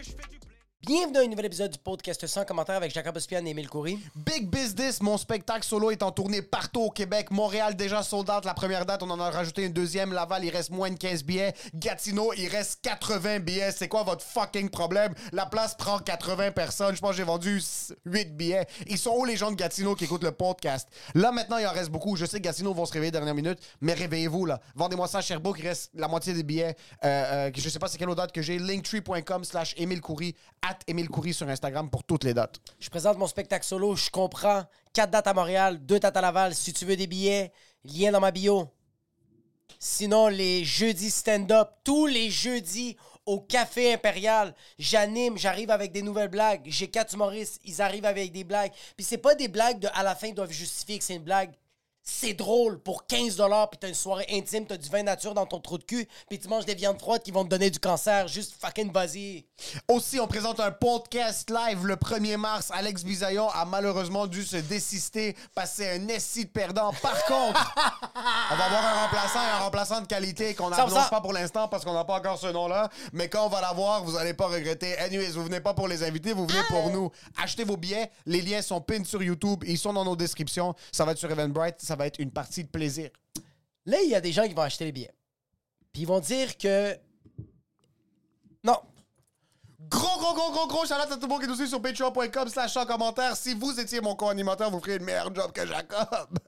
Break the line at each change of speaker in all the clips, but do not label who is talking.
je fais du blé.
Bienvenue à un nouvel épisode du podcast sans commentaire avec Jacob Ospian et Émile Coury.
Big Business, mon spectacle solo est en tournée partout au Québec. Montréal déjà sold out la première date, on en a rajouté une deuxième. Laval, il reste moins de 15 billets. Gatineau, il reste 80 billets. C'est quoi votre fucking problème? La place prend 80 personnes. Je pense que j'ai vendu s- 8 billets. Ils sont où les gens de Gatineau qui écoutent le podcast? Là maintenant, il en reste beaucoup. Je sais que Gatineau vont se réveiller dernière minute, mais réveillez-vous là. Vendez-moi ça à Sherbrooke, il reste la moitié des billets. Euh, euh, je sais pas c'est quelle autre date que j'ai. Linktree.com slash Émile Coury, at Émile Coury sur Instagram pour toutes les dates.
Je présente mon spectacle solo, je comprends. Quatre dates à Montréal, deux dates à Laval. Si tu veux des billets, lien dans ma bio. Sinon, les jeudis stand-up, tous les jeudis au Café Impérial, j'anime, j'arrive avec des nouvelles blagues. J'ai quatre humoristes, ils arrivent avec des blagues. Puis c'est pas des blagues de à la fin ils doivent justifier que c'est une blague. C'est drôle pour 15 puis t'as une soirée intime, t'as du vin nature dans ton trou de cul, puis tu manges des viandes froides qui vont te donner du cancer. Juste fucking vas-y.
Aussi, on présente un podcast live le 1er mars. Alex Bisaillon a malheureusement dû se désister, passer un essai de perdant. Par contre, on va avoir un remplaçant et un remplaçant de qualité qu'on
Ça,
n'annonce
ça.
pas pour l'instant parce qu'on n'a pas encore ce nom-là. Mais quand on va l'avoir, vous n'allez pas regretter. Anyways, vous venez pas pour les invités, vous venez
Ah.
pour nous. Achetez vos billets. Les liens sont pinned sur YouTube. Ils sont dans nos descriptions. Ça va être sur Eventbrite. Ça va être une partie de plaisir.
Là, il y a des gens qui vont acheter les billets. Puis ils vont dire que. Non.
Gros, gros, gros, gros, gros, shout à tout le monde qui nous suit sur patreon.com slash en commentaire. Si vous étiez mon co-animateur, vous feriez le meilleur job que Jacob.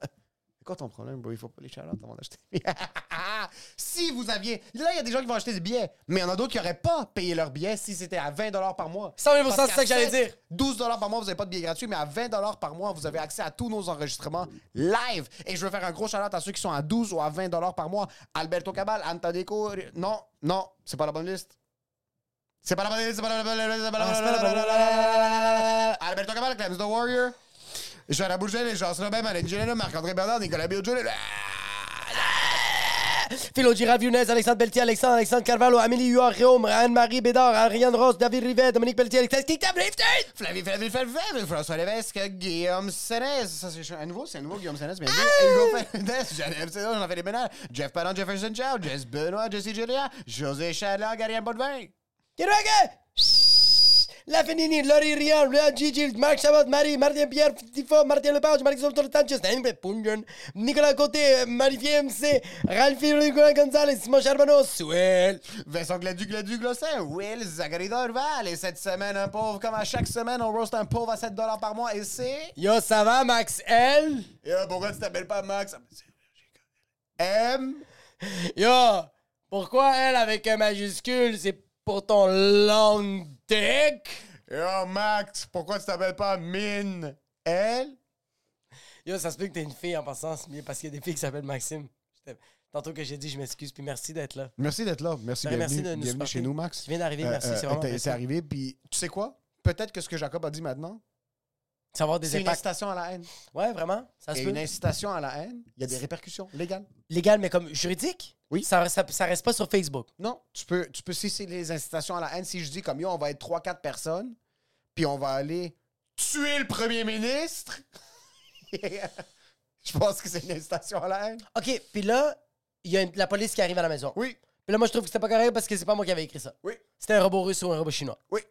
C'est quoi ton problème, bro? Il faut pas les shout avant d'acheter des billets. si vous aviez... Là, il y a des gens qui vont acheter des billets, mais il y en a d'autres qui n'auraient pas payé leurs billets si c'était à 20 par mois.
100 000
Parce
c'est ça que j'allais
qu'à 7,
dire.
12 par mois, vous n'avez pas de billets gratuits, mais à 20 par mois, vous avez accès à tous nos enregistrements live. Et je veux faire un gros shout à ceux qui sont à 12 ou à 20 par mois. Alberto Cabal, Anta Deco... Non, non, c'est pas la bonne liste. C'est pas la bonne liste, c'est pas la bonne liste, c'est pas la bonne liste, c'est pas la bonne liste. Alberto Cabal, Clemens The Warrior. Joanna Bougel, Jean Robin, Marlène Gélina, Marc-André Bernard, Nicolas Biogel.
Philo Girard, Younes, Alexandre Pelletier, Alexandre, Alexandre Carvalho, Amélie Huard, Réaume, Anne-Marie Bédard, Ariane Ross, David Rivet, Dominique Pelletier, Alexandre King
Flavie, Flavie, Flavie, Flavie, François Lévesque, Guillaume Sénès. Ça, c'est un nouveau, c'est un nouveau Guillaume Sénès, mais
Ah!
Hugo Fernandez, Janelle Sénès, j'en fais des ménages. Jeff Parent, Jefferson Chow, Jess Benoît, Jesse Julia, José Chalard, Garian Bonvin.
La Fenini, Laurie Rian, Léa Gigi, Marc Chabot, Marie, Martin Pierre, Tifo, Martin Lepage, Marie-Xavier Sanchez, Henry Pungen, Nicolas Côté, Marie-Fie MC, Ralphie Nicolas Gonzalez, Simon Charbonneau, Suel.
Vincent Gladuc, Gladuc, Glossin, Will, Zachary Dorval. Et cette semaine, un pauvre, comme à chaque semaine, on roast un pauvre à 7 par mois. Et c'est.
Yo, ça va, Max L?
Et euh, pourquoi tu t'appelles pas Max? Ah, M.
Yo, pourquoi elle avec un majuscule, c'est pour ton long dick?
Yo, oh, Max, pourquoi tu t'appelles pas Mine? L.
Yo, ça se peut que t'es une fille en passant, c'est mieux parce qu'il y a des filles qui s'appellent Maxime. Je t'aime. Tantôt que j'ai dit, je m'excuse, puis merci d'être là.
Merci d'être là. Merci,
Ben,
bienvenue,
merci de nous
bienvenue
supporter.
chez nous, Max.
Tu viens d'arriver,
Euh,
merci,
euh,
c'est vraiment
t'es-
apprécié.
C'est arrivé, puis tu sais quoi? Peut-être que ce que Jacob a dit maintenant,
Savoir des
c'est une
impacts.
incitation à la haine.
Ouais, vraiment, ça se
Et
peut.
une incitation à la haine, il y a des répercussions légales.
Légal, mais comme juridique?
Oui.
Ça, ça, ça reste pas sur Facebook.
Non, tu peux, tu peux si c'est les incitations à la haine, si je dis comme yo, on va être 3-4 personnes, puis on va aller tuer le premier ministre. je pense que c'est une incitation à la haine.
OK, puis là, il y a une- la police qui arrive à la maison.
Oui,
Puis là, moi, je trouve que c'était pas correct parce que c'est pas moi qui avait écrit ça.
oui,
C'était un robot russe ou un robot chinois.
oui.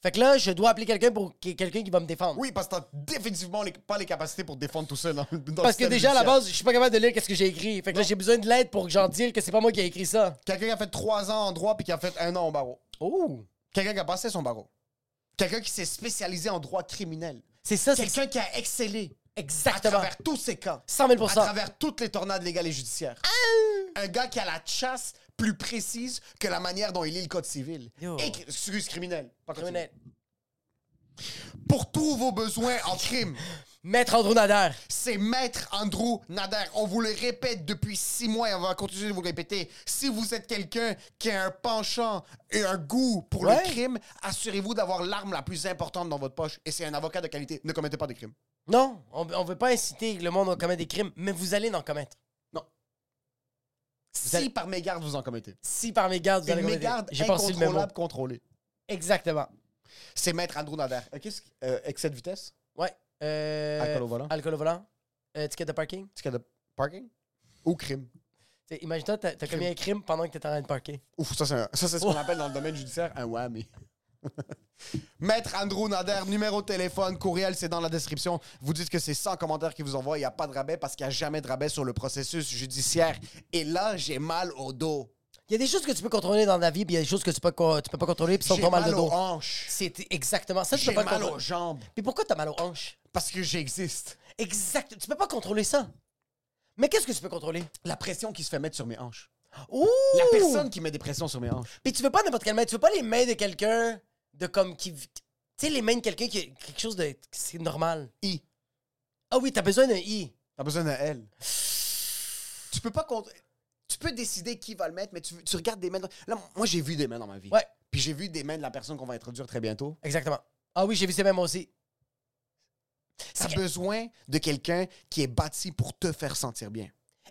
Fait que là, je dois appeler quelqu'un pour qu'il- quelqu'un qui va me défendre.
Oui, parce que t'as définitivement les- pas les capacités pour défendre tout ça dans, dans le
Parce que
système
déjà, à la
judiciaire.
base, je suis pas capable de lire qu'est-ce que j'ai écrit. Fait que là, j'ai besoin de l'aide pour que j'en dise que c'est pas moi qui ai écrit ça.
Quelqu'un qui a fait 3 ans en droit puis qui a fait un an au barreau.
Oh!
Quelqu'un qui a passé son barreau. Quelqu'un qui s'est spécialisé en droit criminel.
C'est ça, c'est
Quelqu'un qui a excellé à
exactement.
travers tous ses camps.
100 000
À travers toutes les tornades légales et judiciaires. Un gars qui a la chasse plus précise que la manière dont il lit le code civil.
Yo.
Et excuse criminel. pas code
Criminel.
civil. Pour tous vos besoins en crime,
Maître Andrew Nader.
c'est Maître Andrew Nader. On vous le répète depuis six mois et on va continuer de vous le répéter. Si vous êtes quelqu'un qui a un penchant et un goût pour
Ouais.
le crime, assurez-vous d'avoir l'arme la plus importante dans votre poche. Et c'est un avocat de qualité. Ne commettez pas de crimes.
Non, on, on veut pas inciter le monde à commettre des crimes, mais vous allez en commettre.
Non.
Vous
Si
allez-
par mégarde, vous en commettez.
Si par mégarde, vous allez
Une
commettre.
mégarde
J'ai pas reçu le
incontrôlable
mémo.
contrôlée.
Exactement.
C'est Maître Andrew Nader. Euh, qu'est-ce qui- euh, excès de vitesse?
Ouais. Euh,
Alcool au volant.
Alcool au volant. Euh, ticket de parking.
Ticket de parking? Ou crime?
T'sais, Imagine-toi, t'as t'as commis un crime pendant que t'étais en train de parquer.
Ouf, ça c'est, un- ça, c'est ce qu'on appelle dans le domaine judiciaire un whammy. Maître Andrew Nader, numéro de téléphone, courriel, c'est dans la description. Vous dites que c'est 100 commentaires qui vous envoie. Il n'y a pas de rabais parce qu'il n'y a jamais de rabais sur le processus judiciaire. Et là, j'ai mal au dos.
Il y a des choses que tu peux contrôler dans la vie, puis il y a des choses que tu peux, co- tu peux pas contrôler, puis sont
j'ai
trop mal de
aux
dos.
hanches.
C'est exactement ça, tu
J'ai
peux pas le
mal aux
contrôler.
jambes.
Puis pourquoi t'as mal aux hanches?
Parce que j'existe.
Exact. Tu peux pas contrôler ça. Mais qu'est-ce que tu peux contrôler?
La pression qui se fait mettre sur mes hanches.
Ouh!
La personne qui met des pressions sur mes hanches.
Puis tu veux pas n'importe quelle main. Tu veux pas les mains de quelqu'un de comme qui. Tu sais, les mains de quelqu'un qui quelque chose de. C'est normal.
I.
Ah oui, t'as besoin d'un i.
T'as besoin d'un L. Tu peux pas contre- Tu peux décider qui va le mettre, mais tu, tu regardes des mains. dans- Là, moi, j'ai vu des mains dans ma vie.
Ouais.
Puis j'ai vu des mains de la personne qu'on va introduire très bientôt.
Exactement. Ah oui, j'ai vu ces mêmes aussi.
T'as besoin de quelqu'un qui est bâti pour te faire sentir bien.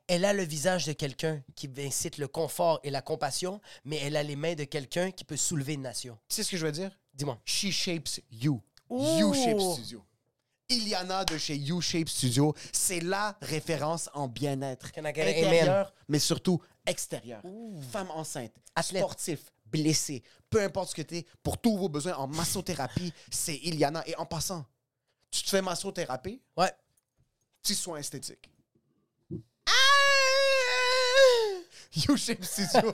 Elle a le visage de quelqu'un qui incite le confort et la compassion, mais elle a les mains de quelqu'un qui peut soulever une nation.
Tu sais ce que je veux dire?
Dis-moi.
She shapes you.
Ouh.
You Shape Studio. Iliana de chez You Shape Studio, c'est la référence en bien-être.
Can I get an amen?
Intérieur, mais surtout extérieur. Femme enceinte,
Athlète.
sportif, blessé, peu importe ce que tu es, pour tous vos besoins en massothérapie, c'est Iliana. Et en passant, tu te fais massothérapie,
Ouais.
petit soin esthétique.
Ah!
You Shape Studio.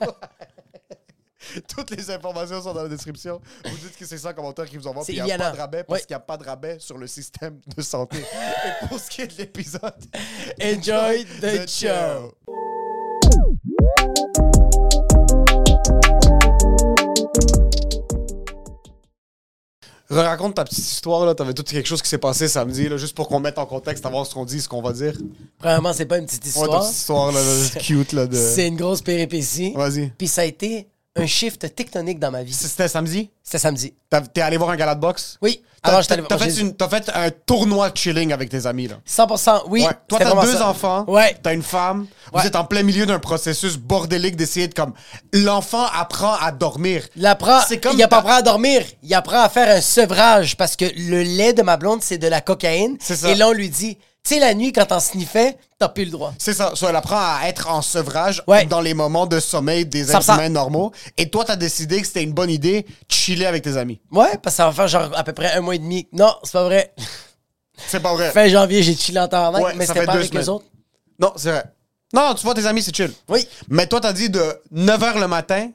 Toutes les informations sont dans la description. Vous dites que c'est ça commentaire qui vous envoie.
C'est
Puis il n'y a
Iliana.
pas de rabais parce
Ouais.
qu'il n'y a pas de rabais sur le système de santé. Et pour ce qui est de l'épisode,
Enjoy the show.
ciao. Raconte ta petite histoire, là. T'avais tout quelque chose qui s'est passé samedi, là, juste pour qu'on mette en contexte avant ce qu'on dit, ce qu'on va dire.
Premièrement, c'est pas une petite
Ouais, ta
histoire.
petite histoire, là, là, cute, là. De...
c'est une grosse péripétie.
Vas-y.
Puis ça a été un shift tectonique dans ma vie.
C'était samedi?
C'était samedi.
T'as- T'es allé voir un gala de boxe?
Oui.
T'as-
Avant, j'étais allé
T'as
voir-
fait,
j'ai-
une- t'as fait un tournoi de chilling avec tes amis, là.
100%, oui.
Ouais. Toi,
c'était
t'as
vraiment
deux
ça.
enfants.
Ouais.
T'as une femme.
Ouais.
Vous êtes en plein milieu d'un processus bordélique d'essayer de comme. L'enfant apprend à dormir.
Il apprend,
C'est comme
il a pas
ta-
apprend à dormir, il apprend à faire un sevrage parce que le lait de ma blonde, c'est de la cocaïne.
C'est ça.
Et là, on lui dit, tu sais, la nuit, quand t'en sniffais, t'as plus le droit.
C'est ça. So, elle apprend à être en sevrage
Ouais.
dans les moments de sommeil des êtres
100%.
humains normaux. Et toi, t'as décidé que c'était une bonne idée de chiller avec tes amis.
Ouais, parce que ça va faire genre à peu près un mois et demi. Non, c'est pas vrai.
C'est pas vrai.
Fin janvier, j'ai chillé en tabarnak,
Ouais,
mais
ça
c'était
fait
pas
deux
avec
semaines.
les autres.
Non, c'est vrai. Non, tu vois, tes amis, c'est chill.
Oui.
Mais toi, t'as dit de 9h le matin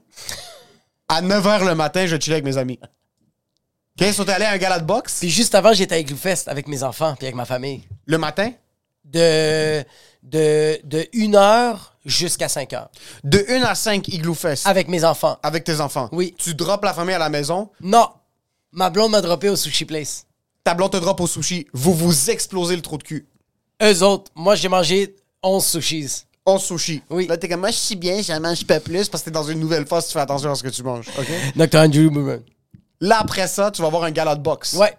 à 9h le matin, je chillais avec mes amis. OK, so t'es allé à un gala de boxe
Puis juste avant, j'étais avec Gloufest, avec mes enfants, puis avec ma famille.
le matin.
De, de, de 1h jusqu'à 5h.
De 1 à 5, Igloo Fest.
Avec mes enfants.
Avec tes enfants.
Oui.
Tu droppes la famille à la maison.
Non, ma blonde m'a droppé au Sushi Place.
Ta blonde te drop au sushi. Vous vous explosez le trou de cul.
Eux autres, moi j'ai mangé 11 sushis.
En sushi.
Oui.
Là, t'es comme, moi, je suis bien, j'en mange pas plus parce que t'es dans une nouvelle phase, tu fais attention à ce que tu manges. OK?
Dr. Andrew Boomer.
Là, après ça, tu vas avoir un gala de boxe.
Ouais.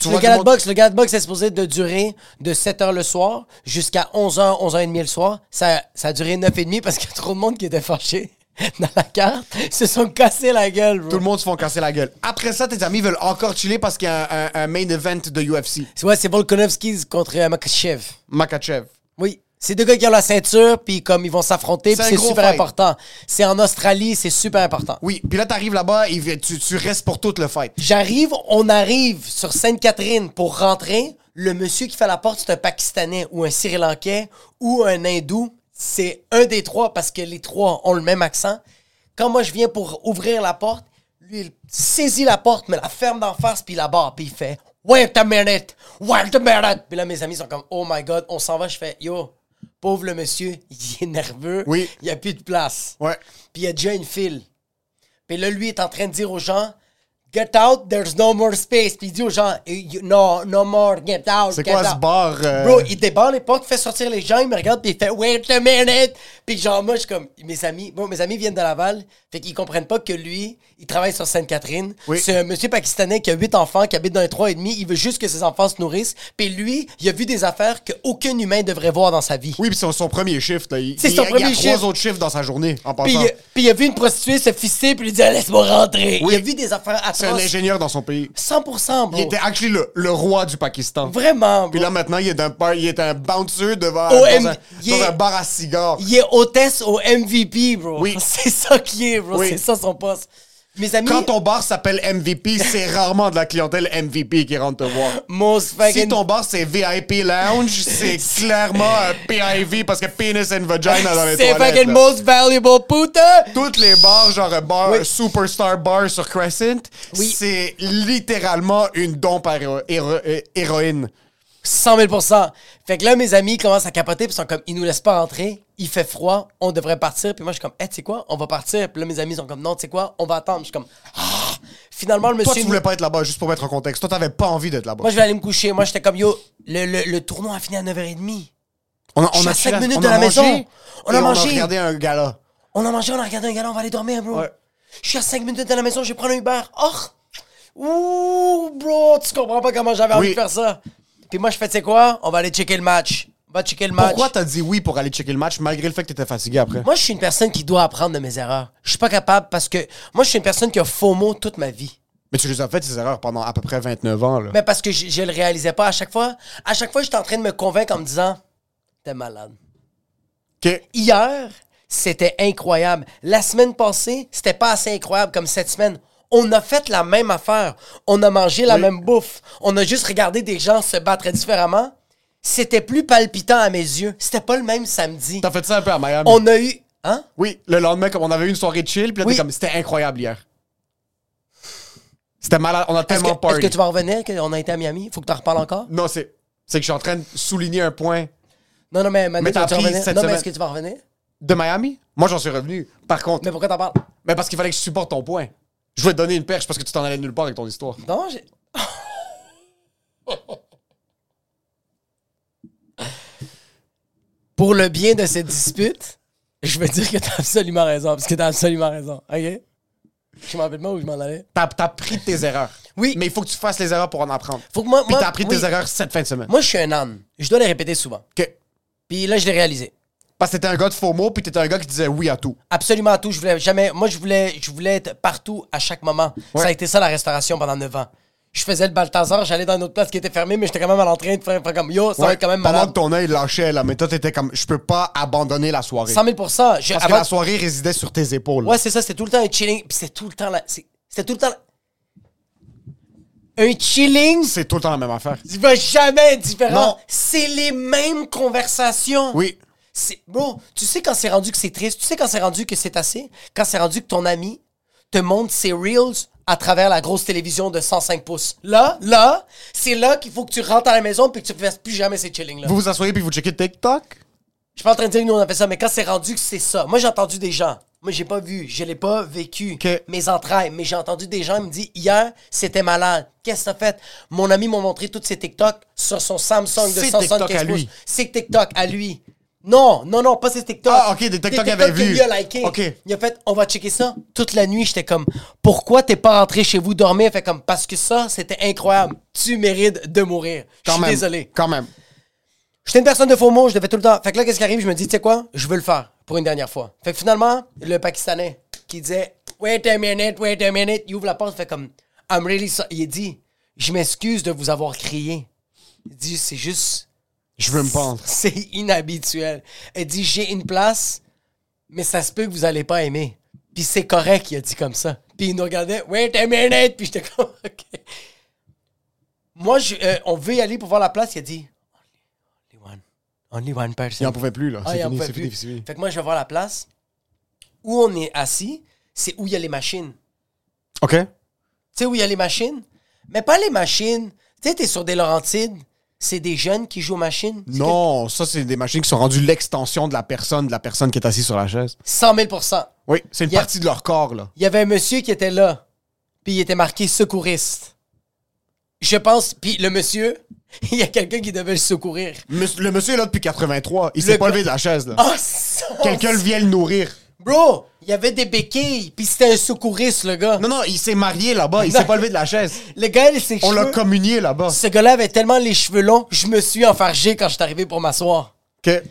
Tu
le
vois du
gala de
monde-
boxe, le gala de boxe est supposé de durer de 7h le soir jusqu'à 11h, 11h30 le soir. Ça, ça a duré 9h30 parce qu'il y a trop de monde qui était fâché dans la carte. Ils se sont cassés la gueule, bro.
Tout le monde se font casser la gueule. Après ça, tes amis veulent encore chiller parce qu'il y a un, un- un main event de UFC.
Ouais, c'est Volkanovski contre euh, Makachev.
Makachev.
Oui. C'est deux gars qui ont la ceinture, puis comme ils vont s'affronter, puis
C'est un
c'est
gros
super
fight.
important. C'est en Australie, c'est super important.
Oui. Puis là, t'arrives là-bas et vi- tu, tu restes pour tout le fight.
J'arrive, on arrive sur Sainte-Catherine pour rentrer. Le monsieur qui fait la porte, c'est un Pakistanais ou un Sri Lankais ou un Hindou. C'est un des trois parce que les trois ont le même accent. Quand moi je viens pour ouvrir la porte, lui il saisit la porte, mais la ferme d'en face, puis la barre, puis il fait Wait a minute, wait a minute. Puis là mes amis sont comme Oh my god, on s'en va. Je fais Yo, pauvre le monsieur, il est nerveux,
Oui.
il n'y a plus de place
Ouais.
puis il y a déjà une file. Puis là, lui est en train de dire aux gens, Get out, there's no more space. Puis il dit aux gens, eh, You- no, no more, get out.
C'est
get
quoi
out.
ce bar? euh,
Bro, il débarre les portes, fait sortir les gens, il me regarde, puis il fait Wait a minute! Puis genre, moi, je suis comme, mes amis, bon, mes amis viennent de Laval, fait qu'ils comprennent pas que lui, il travaille sur Sainte-Catherine.
Oui.
C'est un monsieur pakistanais qui a huit enfants, qui habite dans un trois et demi, il veut juste que ses enfants se nourrissent. Puis lui, il a vu des affaires qu'aucun humain devrait voir dans sa vie.
Oui, puis c'est son premier shift. Là. Il,
C'est
il-
son
il
premier
y a
shift.
trois autres shifts dans sa journée, en
Puis, euh,
passant.
il- puis il a vu une prostituée se fister, puis il dit Laisse-moi rentrer.
Oui.
Il a vu des affaires
C'est un
atroces.
ingénieur dans son pays.
100%, bro.
Il était actually le, le roi du Pakistan.
Vraiment,
Puis
bro.
là, maintenant, il est un, pa- il est un bouncer devant
Oh,
dans un,
il est-
dans un bar à cigares.
Il est hôtesse au MVP, bro.
Oui.
C'est ça qui est, bro.
Oui.
C'est ça son poste. Mes amis,
Quand ton bar s'appelle MVP, c'est rarement de la clientèle MVP qui rentre te voir.
most
Si
fucking...
ton bar c'est VIP Lounge, c'est clairement un PIV parce que penis and vagina dans les
C'est
toilettes.
fucking
là.
most valuable puta!
Toutes les bars, genre un bar,
Oui.
un superstar bar sur Crescent,
Oui.
c'est littéralement une dompe à héro- héro- euh, héroïne.
100 000 Fait que là, mes amis commencent à capoter, puis ils sont comme, ils nous laissent pas rentrer, il fait froid, on devrait partir. Puis moi, je suis comme, eh, tu sais quoi, on va partir. Puis là, mes amis sont comme, non, tu sais quoi, on va attendre. Je suis comme, ah! Finalement, le
Toi,
monsieur...
tu voulais pas être là-bas, juste pour mettre en contexte. Toi, t'avais pas envie d'être là-bas.
Moi, je vais aller me coucher. Moi, j'étais comme, yo, le, le, le tournoi a fini à 9h30.
On a,
je suis à
pu
cinq
la-
minutes
on
de
a
la
mangé
maison. On a
et
mangé.
On a regardé un gala.
On a mangé, on a regardé un gala, on va aller dormir, bro.
Ouais.
Je suis à 5 minutes de la maison, je vais prendre un Uber. Oh! Ouh, bro, tu comprends pas comment j'avais envie
Oui.
de faire ça. Puis moi, je fais, tu sais quoi? On va aller checker le match. On va checker le match.
Pourquoi t'as dit oui pour aller checker le match malgré le fait que t'étais fatigué après?
Moi, je suis une personne qui doit apprendre de mes erreurs. Je suis pas capable parce que moi, je suis une personne qui a faux mots toute ma vie.
Mais tu les as fait ces erreurs pendant à peu près 29 ans. Là.
Mais parce que je, je le réalisais pas à chaque fois. À chaque fois, j'étais en train de me convaincre en me disant, t'es malade.
OK.
Hier, c'était incroyable. La semaine passée, c'était pas assez incroyable comme cette semaine. On a fait la même affaire. On a mangé la
Oui.
même bouffe. On a juste regardé des gens se battre différemment. C'était plus palpitant à mes yeux. C'était pas le même samedi.
T'as fait ça un peu à Miami.
On a eu. Hein?
Oui, le lendemain, comme on avait eu une soirée de chill, puis là, t'es
Oui.
comme, c'était incroyable hier. C'était malade, on a
Est-ce que,
tellement
est-ce
party.
que tu vas revenir qu'on a été à Miami? Faut que tu en reparles encore?
Non, c'est c'est que je suis en train de souligner un point
Non, non, mais Manu,
Mais
tu vas
t'as appris
revenir?
cette
Non, mais
semaine.
est-ce que tu vas revenir?
de Miami. Moi, j'en suis revenu. Par contre,
Mais
mais,
pourquoi t'en parles?
parce qu'il fallait que je supporte ton point. Je voulais te donner une perche parce que tu t'en allais nulle part avec ton histoire.
Non, j'ai. Pour le bien de cette dispute, je veux dire que t'as absolument raison, parce que t'as absolument raison, ok? Je m'en rappelle pas où je m'en allais.
T'as as pris de tes erreurs.
Oui.
Mais il faut que tu fasses les erreurs pour en apprendre.
Faut que moi.
Puis
moi-
t'as appris de
oui.
tes erreurs cette fin de semaine.
Moi, je suis un âne. Je dois les répéter souvent.
Que-
Puis là, je l'ai réalisé.
Parce que t'étais un gars de faux mots, puis t'étais un gars qui disait oui à tout.
Absolument tout. Je voulais jamais. Moi, je voulais, je voulais être partout à chaque moment.
Ouais.
Ça a été ça la restauration pendant 9 ans. Je faisais le Balthazar, j'allais dans une autre place qui était fermée, mais j'étais quand même à l'entrain de faire, faire comme yo, ça va
Ouais,
être quand même
Pendant
malade.
que ton œil lâchait, là, mais toi, t'étais comme, je peux pas abandonner la soirée.
100 000 je,
Parce que
avant-
la soirée résidait sur tes épaules.
Ouais, c'est ça, c'était tout le temps un chilling. Puis c'est tout le temps là. C'était tout le temps. la- Un chilling,
C'est tout le temps la même affaire.
tu vas jamais être différent.
Non.
C'est les mêmes conversations.
Oui.
C'est- Bro, tu sais quand c'est rendu que c'est triste, tu sais quand c'est rendu que c'est assez, quand c'est rendu que ton ami te montre ses reels à travers la grosse télévision de 105 pouces. Là, là, c'est là qu'il faut que tu rentres à la maison puis que tu ne fasses plus jamais ces chillings-là.
Vous vous asseyez puis vous checkez TikTok?
Je suis pas en train de dire que nous on a fait ça, mais quand c'est rendu que c'est ça. Moi j'ai entendu des gens. Moi j'ai pas vu, je l'ai pas vécu.
Ok.
Mes entrailles, mais j'ai entendu des gens me dire hier c'était malade. Qu'est-ce que t'as fait Mon ami m'a montré toutes ses TikTok sur son Samsung de
Ses
175
TikTok à
pouces.
lui.
Ses TikTok à lui. Non, non, non, pas ses TikTok.
Ah, ok, des TikTok qu'il avait
que
vu.
lui a liké.
Ok.
Il a fait on va checker ça toute la nuit. J'étais comme pourquoi t'es pas rentré chez vous dormir Fait comme parce que ça c'était incroyable. Tu mérites de mourir. Je
Quand
suis
même.
désolé.
Quand même.
J'étais une personne de faux mots, je devais tout le temps. Fait que là, qu'est-ce qui arrive? Je me dis, tu sais quoi? Je veux le faire pour une dernière fois. Fait que finalement, le Pakistanais qui disait, wait a minute, wait a minute, il ouvre la porte, fait comme, I'm really sorry. Il dit, je m'excuse de vous avoir crié. Il dit, c'est juste,
Je veux me pendre.
c'est inhabituel. Elle dit, j'ai une place, mais ça se peut que vous allez pas aimer. Puis c'est correct, il a dit comme ça. Puis il nous regardait, wait a minute, puis j'étais comme, ok. Moi, je- euh, on veut y aller pour voir la place, il a dit, Only one. Only one person.
Il en pouvait plus, là.
Ah,
c'est
il en
fini,
pouvait
c'est
plus.
fini, c'est fini.
Fait que moi, je vais voir la place. Où on est assis, c'est où il y a les machines.
OK.
Tu sais où il y a les machines? Mais pas les machines. Tu sais, t'es sur des Laurentides. C'est des jeunes qui jouent aux machines. C'est que-
Non, ça, c'est des machines qui sont rendues l'extension de la personne, de la personne qui est assise sur la chaise.
100 000
Oui, c'est une
Yeah.
partie de leur corps, là.
Il y avait un monsieur qui était là. puis il était marqué secouriste. Je pense, puis le monsieur, il y a quelqu'un qui devait le secourir.
Mus- Le monsieur est là depuis 83. Il s'est
Le
pas
gars-
levé de la chaise, là.
Oh, ça-
Quelqu'un le vient le nourrir.
Bro, il y avait des béquilles, puis c'était un secouriste, le gars.
Non, non, il s'est marié là-bas. Il
Non.
s'est pas levé de la chaise.
Le gars, il s'est
On l'a communié là-bas.
Ce gars-là avait tellement les cheveux longs, je me suis enfargé quand je suis arrivé pour m'asseoir.
OK.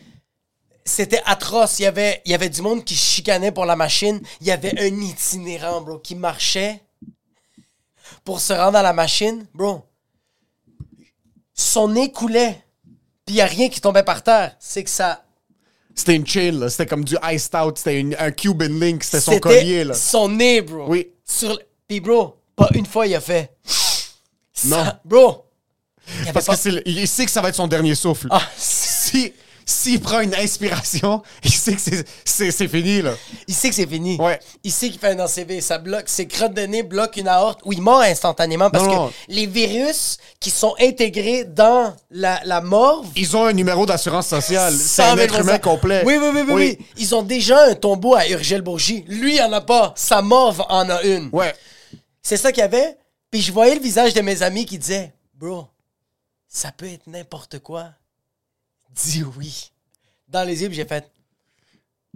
C'était atroce. Il y, avait, il y avait du monde qui se chicanait pour la machine. Il y avait un itinérant, bro, qui marchait pour se rendre à la machine. Bro, son nez coulait. Puis il n'y a rien qui tombait par terre. C'est que ça...
C'était une chill, là. C'était comme du iced out. C'était une- un Cuban Link. C'était son
c'était
collier, là.
Son nez, bro.
Oui.
Sur... le- Puis, bro, pas une fois, il a fait...
Non.
Ça- bro. Il y avait
Parce
pas-
que c'est le- il sait que ça va être son dernier souffle.
Ah, c'est-
Si... S'il prend une inspiration, il sait que c'est- c'est c'est fini, là.
Il sait que c'est fini.
Ouais.
Il sait qu'il fait un ACV. Ça bloque. Ses crottes de nez bloquent une aorte où il mord instantanément parce
Non,
que
non.
les virus qui sont intégrés dans la, la morve.
Ils ont un numéro d'assurance sociale. C'est
100
un
000
être humain complet.
Oui, oui, oui, oui, oui. Ils ont déjà un tombeau à Urgel Bourgie. Lui, il en a pas. Sa morve en a une.
Ouais.
C'est ça qu'il y avait. Puis je voyais le visage de mes amis qui disaient Bro, ça peut être n'importe quoi. Dis oui. Dans les yeux, puis j'ai fait.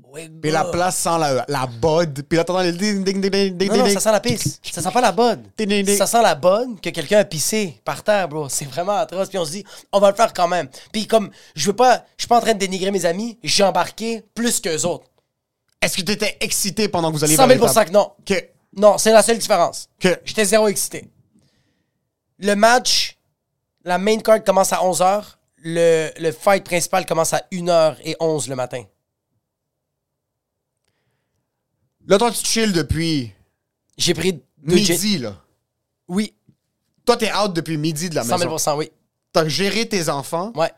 Ouais,
Puis la
gars.
place sans la, la bode. Puis là, t'entends le ding, ding, ding, ding, ding,
Non, non,
ding.
ça sent la pisse. Ça sent pas la bonne.
Ding, ding, ding.
Ça sent la bonne que quelqu'un a pissé par terre, bro. C'est vraiment atroce. Puis on se dit, on va le faire quand même. Puis comme, je veux pas, je suis pas en train de dénigrer mes amis, j'ai embarqué plus qu'eux autres.
Est-ce que t'étais excité pendant que vous alliez
100 000
vers les tables?
que non.
Que,
Non, c'est la seule différence.
que,
J'étais zéro excité. Le match, la main card commence à 11h. Le, le fight principal commence à 1h11 le matin.
là, toi, tu chill depuis
J'ai pris deux gin-
midi, là.
Oui,
Toi, t'es out depuis midi de la
100
maison.
000 oui.
T'as géré tes enfants,
Ouais.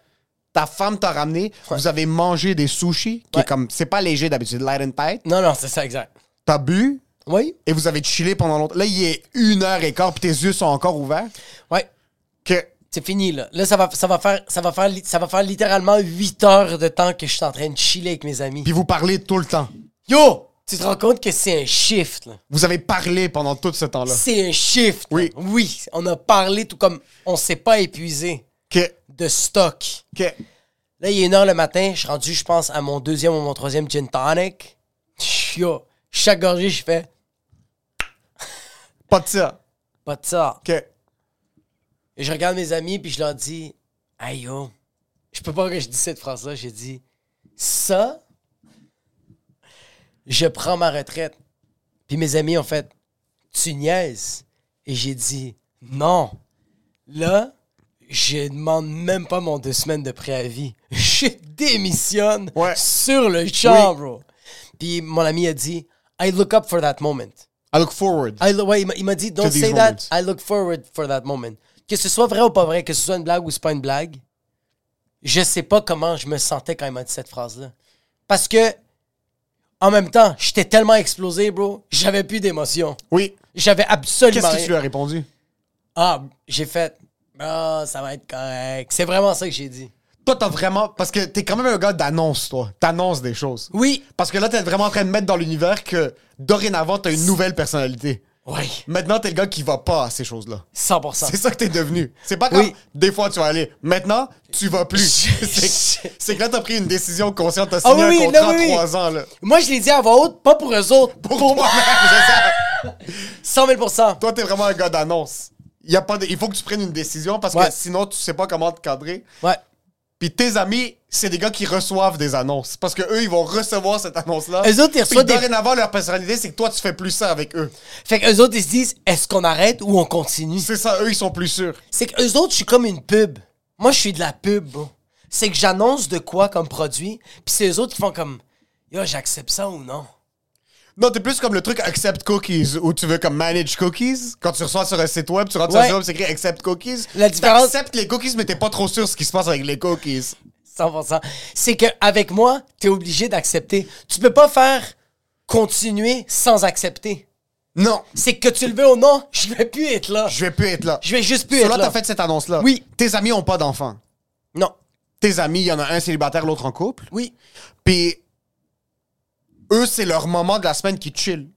ta femme t'a ramené,
Ouais.
vous avez mangé des sushis, qui
Ouais.
est comme, c'est pas léger d'habitude, light and tight.
Non, non, c'est ça, exact.
T'as bu
Oui?
et vous avez chillé pendant longtemps. Là, il est une heure et quart, puis tes yeux sont encore ouverts.
Ouais.
Que,
C'est fini, là. Là, ça va, ça va faire, ça va faire, li- ça va faire littéralement 8 heures de temps que je suis en train de chiller avec mes amis.
puis vous parlez tout le temps.
Yo! Tu te rends compte que c'est un shift, là.
Vous avez parlé pendant tout ce temps-là.
C'est un shift. là.
Oui.
Oui, on a parlé tout comme on s'est pas épuisé
Que,
de stock.
que,
Là, il est une heure le matin, je suis rendu, je pense, à mon deuxième ou mon troisième gin tonic. Yo, chaque gorgée, je fais
pas de ça.
pas de ça.
Que,
Et je regarde mes amis, puis je leur dis, aïe yo, je peux pas que je dise cette phrase-là. J'ai dit, ça, je prends ma retraite. Puis mes amis ont fait, tu niaises. Et j'ai dit, non, là, je demande même pas mon deux semaines de préavis. Je démissionne
Ouais.
sur le champ, bro. Puis mon ami a dit, I look up for that moment.
I look forward.
I lo- ouais, il m'a- il m'a dit, don't
these
say that,
moments.
I look forward for that moment. Que ce soit vrai ou pas vrai, que ce soit une blague ou c'est pas une blague, je sais pas comment je me sentais quand il m'a dit cette phrase-là. Parce que, en même temps, j'étais tellement explosé, bro, j'avais plus d'émotion.
Oui.
J'avais absolument
Qu'est-ce que
rien.
tu lui as répondu?
Ah, j'ai fait, Ah, ça va être correct. C'est vraiment ça que j'ai dit.
Toi, t'as vraiment. Parce que t'es quand même un gars d'annonce, toi. T'annonces des choses.
Oui.
Parce que là, t'es vraiment en train de mettre dans l'univers que dorénavant, t'as une nouvelle personnalité.
Oui,
Maintenant, t'es le gars qui va pas à ces choses-là.
100%.
C'est ça que t'es devenu. C'est pas comme
Oui.
des fois tu vas aller. Maintenant, tu vas plus.
Je-
c'est que- c'est que là, t'as pris une décision consciente. T'as
Ah oui,
signé un
oui,
contrat
là, oui,
à
oui.
3 ans, là.
Moi, je l'ai dit à voix haute, pas pour eux autres,
Pour toi-même, c'est ça.
100 000%.
Toi, t'es vraiment un gars d'annonce. Y a pas de- Il faut que tu prennes une décision parce
Ouais.
que sinon, tu sais pas comment te cadrer.
Ouais.
Puis tes amis, c'est des gars qui reçoivent des annonces. Parce que eux, ils vont recevoir cette annonce-là.
Eux autres, ils
Ah. Puis
reçoivent des-
dorénavant, leur personnalité, c'est que toi, tu fais plus ça avec eux.
Fait qu'eux autres, ils se disent, est-ce qu'on arrête ou on continue?
C'est ça, eux, ils sont plus sûrs.
C'est que eux autres, je suis comme une pub. Moi, je suis de la pub, bro. C'est que j'annonce de quoi comme produit, puis c'est eux autres qui font comme Yo, j'accepte ça ou non.
Non, t'es plus comme le truc Accept Cookies, où tu veux comme Manage Cookies. Quand tu reçois sur un site web, tu rentres
Ouais.
sur un site web, c'est écrit Accept Cookies.
La différence-
T'acceptes les cookies, mais t'es pas trop sûr ce qui se passe avec les cookies.
100%. C'est qu'avec moi, t'es obligé d'accepter. Tu peux pas faire continuer sans accepter.
Non,
C'est que tu le veux ou non, je vais plus être là.
je vais plus être là.
Je vais juste plus
Sur
être
là,
là.
t'as fait cette annonce-là.
Oui.
Tes amis ont pas d'enfants.
Non.
Tes amis, il y en a un célibataire, l'autre en couple.
Oui.
Puis eux, c'est leur moment de la semaine qui chill.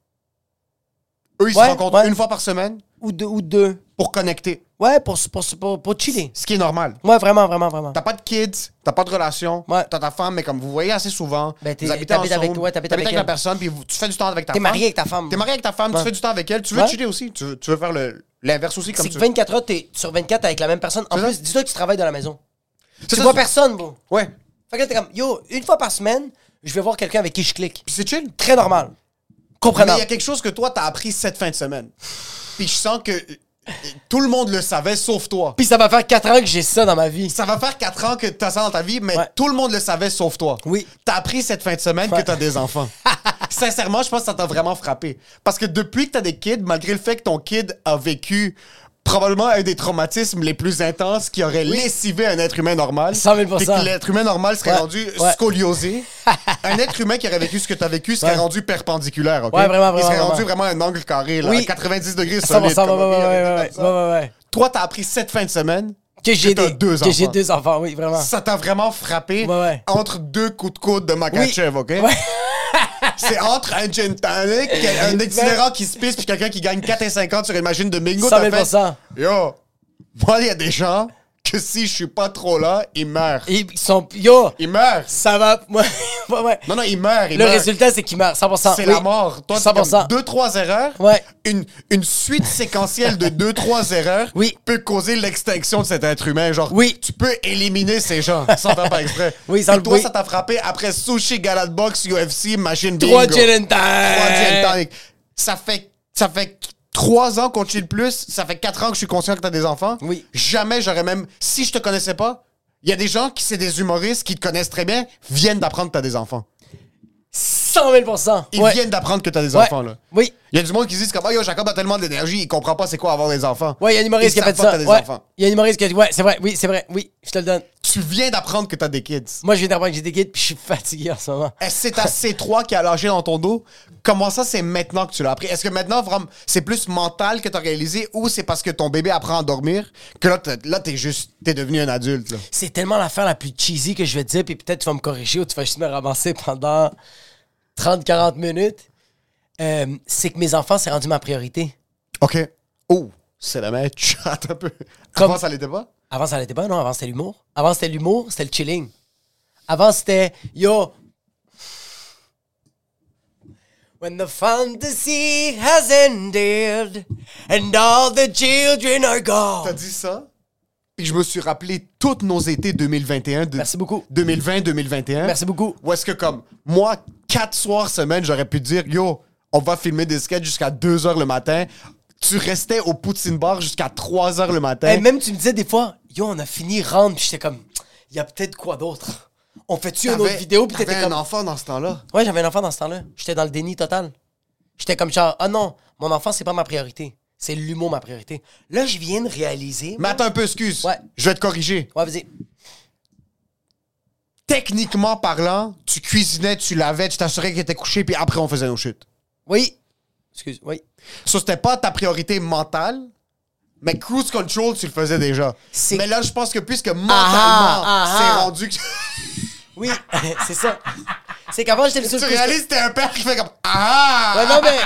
Eux, ils
Ouais,
se rencontrent
ouais.
une fois par semaine
Ou deux. Ou deux.
pour connecter,
Ouais, pour, pour, pour, pour chiller.
ce qui est normal.
Ouais, vraiment, vraiment, vraiment.
T'as pas de kids, t'as pas de relation,
Ouais.
t'as ta femme, mais comme vous voyez assez souvent,
Ben, t'es-
vous habitez
t'habites
ensemble,
avec- ouais, t'habites avec
la
elle.
personne, puis vous- tu fais du temps avec ta
T'es
femme.
marié avec ta femme.
T'es marié avec ta femme,
Ouais.
tu fais du temps avec elle, tu veux
Ouais.
chiller aussi, tu veux, tu veux faire le- l'inverse aussi comme
C'est que
tu
24 heures, t'es sur 24 avec la même personne. En
C'est ça.
plus, dis-toi que tu travailles dans la maison.
C'est
Tu
ça,
vois
tu-
personne, bro.
Ouais,
Fait que là, t'es comme, yo, une fois par semaine, je vais voir quelqu'un avec qui je clique.
puis c'est chill.
Très normal.
Mais il y
Comprenable.
a quelque chose que toi, t'as appris cette fin de semaine. Puis je sens que euh, tout le monde le savait, sauf toi.
Puis ça va faire 4 ans que j'ai ça dans ma vie.
Ça va faire quatre ans que t'as ça dans ta vie, mais
Ouais.
tout le monde le savait, sauf toi.
Oui.
T'as appris cette fin de semaine
Ouais.
que t'as des enfants. Sincèrement, je pense que ça t'a vraiment frappé. Parce que depuis que t'as des kids, malgré le fait que ton kid a vécu probablement un des traumatismes les plus intenses qui aurait lessivé un être humain normal.
100 000
Puis que l'être humain normal serait
Ouais.
rendu
Ouais.
scoliosé. un être humain qui aurait vécu ce que t'as vécu serait
Ouais.
rendu perpendiculaire, OK?
Ouais, vraiment,
Il serait
vraiment,
rendu vraiment un angle carré, là,
Oui.
à 90 degrés
100
solide.
ouais, ouais,
comme on dit,
ouais,
avec
ouais,
comme
ouais,
ça.
ouais, ouais.
Toi, t'as appris cette fin de semaine
Que j'ai
t'as
des-
deux
Que j'ai
enfants.
deux enfants, oui, vraiment.
ça t'a vraiment frappé
Ouais, ouais.
entre deux coups de coude de Makachev, OK?
Ouais.
C'est entre un gin tonic, un itinérant qui se pisse, puis quelqu'un qui gagne 4,50 sur une machine de bingo.
100 000
t'as fait, Yo, moi, il y a des gens que si je suis pas trop là, ils meurent.
Ils sont. Yo,
Ils meurent.
ça va. Moi, ouais, ouais.
Non, non, ils meurent. Ils
Le
meurent.
résultat, c'est qu'ils meurent. 100
C'est
oui.
la mort. Toi, t'as
100%.
comme deux, trois erreurs.
Ouais.
Une, une suite séquentielle de deux, trois erreurs
Oui.
peut causer l'extinction de cet être humain. Genre,
Oui.
tu peux éliminer ces gens sans t'en pas exprès.
Oui,
Et
sans le-
toi,
oui.
ça t'a frappé après sushi, galade box, UFC, machine bingo.
Trois gin and
Trois gin
tonic.
tonic. Ça fait, ça fait trois ans qu'on chill plus. Ça fait quatre ans que je suis conscient que t'as des enfants.
Oui.
Jamais j'aurais même... Si je te connaissais pas, il y a des gens qui, c'est des humoristes, qui te connaissent très bien, viennent d'apprendre que t'as des enfants.
100 000
Ils
ouais.
viennent d'apprendre que t'as des
Ouais.
enfants, là.
Oui.
Il y a du monde qui se disent comme Ah, yo, Jacob a tellement d'énergie, il comprend pas c'est quoi avoir des enfants.
Ouais, il y a un humoriste qui
Ils
a
savent
fait
pas que
ça.
t'as des
Ouais.
enfants.
Il y a un humoriste qui a dit Ouais, c'est vrai, oui, c'est vrai, oui, je te le donne.
Tu viens d'apprendre que t'as des kids.
Moi, je viens d'apprendre que j'ai des guides, puis je suis fatigué en ce moment.
Est-ce que c'est ta C3 qui a lâché dans ton dos? Comment ça, c'est maintenant que tu l'as appris? Est-ce que maintenant, vraiment, c'est plus mental que t'as réalisé ou c'est parce que ton bébé apprend à dormir que là, t'es- là, t'es juste, t'es devenu un adulte, là?
C'est tellement l'affaire la plus cheesy que je vais te dire, puis peut-être tu vas me corriger ou tu vas juste me ramasser pendant 30-40 minutes. Euh, c'est que mes enfants, c'est rendu ma priorité.
OK. Oh, c'est la même chatte un peu.
Comme-
Comment ça l'était pas?
Avant, ça n'était pas, non? Avant, c'était l'humour. Avant, c'était l'humour, c'était le chilling. Avant, c'était yo. When the fantasy has ended and all the children are
T'as
gone.
dit ça? Puis je me suis rappelé toutes nos étés 2021, de-
Merci beaucoup.
2020, 2021.
Merci beaucoup.
Ou est-ce que comme moi, quatre soirs semaine, j'aurais pu dire Yo, on va filmer des sketchs jusqu'à 2 heures le matin. Tu restais au Poutine Bar jusqu'à 3 heures le matin.
Et même, tu me disais des fois, yo, on a fini rendre, puis j'étais comme, il y a peut-être quoi d'autre? On fait-tu une
T'avais-
autre vidéo? Puis
t'avais
t'étais
un
comme.
enfant dans ce temps-là.
Ouais, j'avais un enfant dans ce temps-là. J'étais dans le déni total. J'étais comme genre, ah non, mon enfant, c'est pas ma priorité. C'est l'humour ma priorité. Là, je viens de réaliser.
Mais attends un peu, excuse.
Ouais.
Je vais te corriger.
Ouais, vas-y.
Techniquement parlant, tu cuisinais, tu lavais, tu t'assurais qu'il était couché, puis après on faisait nos chutes.
Oui. Excuse, oui.
Ça, c'était pas ta priorité mentale, mais cruise control, tu le faisais déjà.
C'est-
Mais là, je pense que puisque mentalement,
ah, ah.
c'est rendu que
Oui, c'est ça. C'est qu'avant, j'étais le seul.
tu
que je-
réalises que t'es un père qui fait comme Ah!
Ouais, non, mais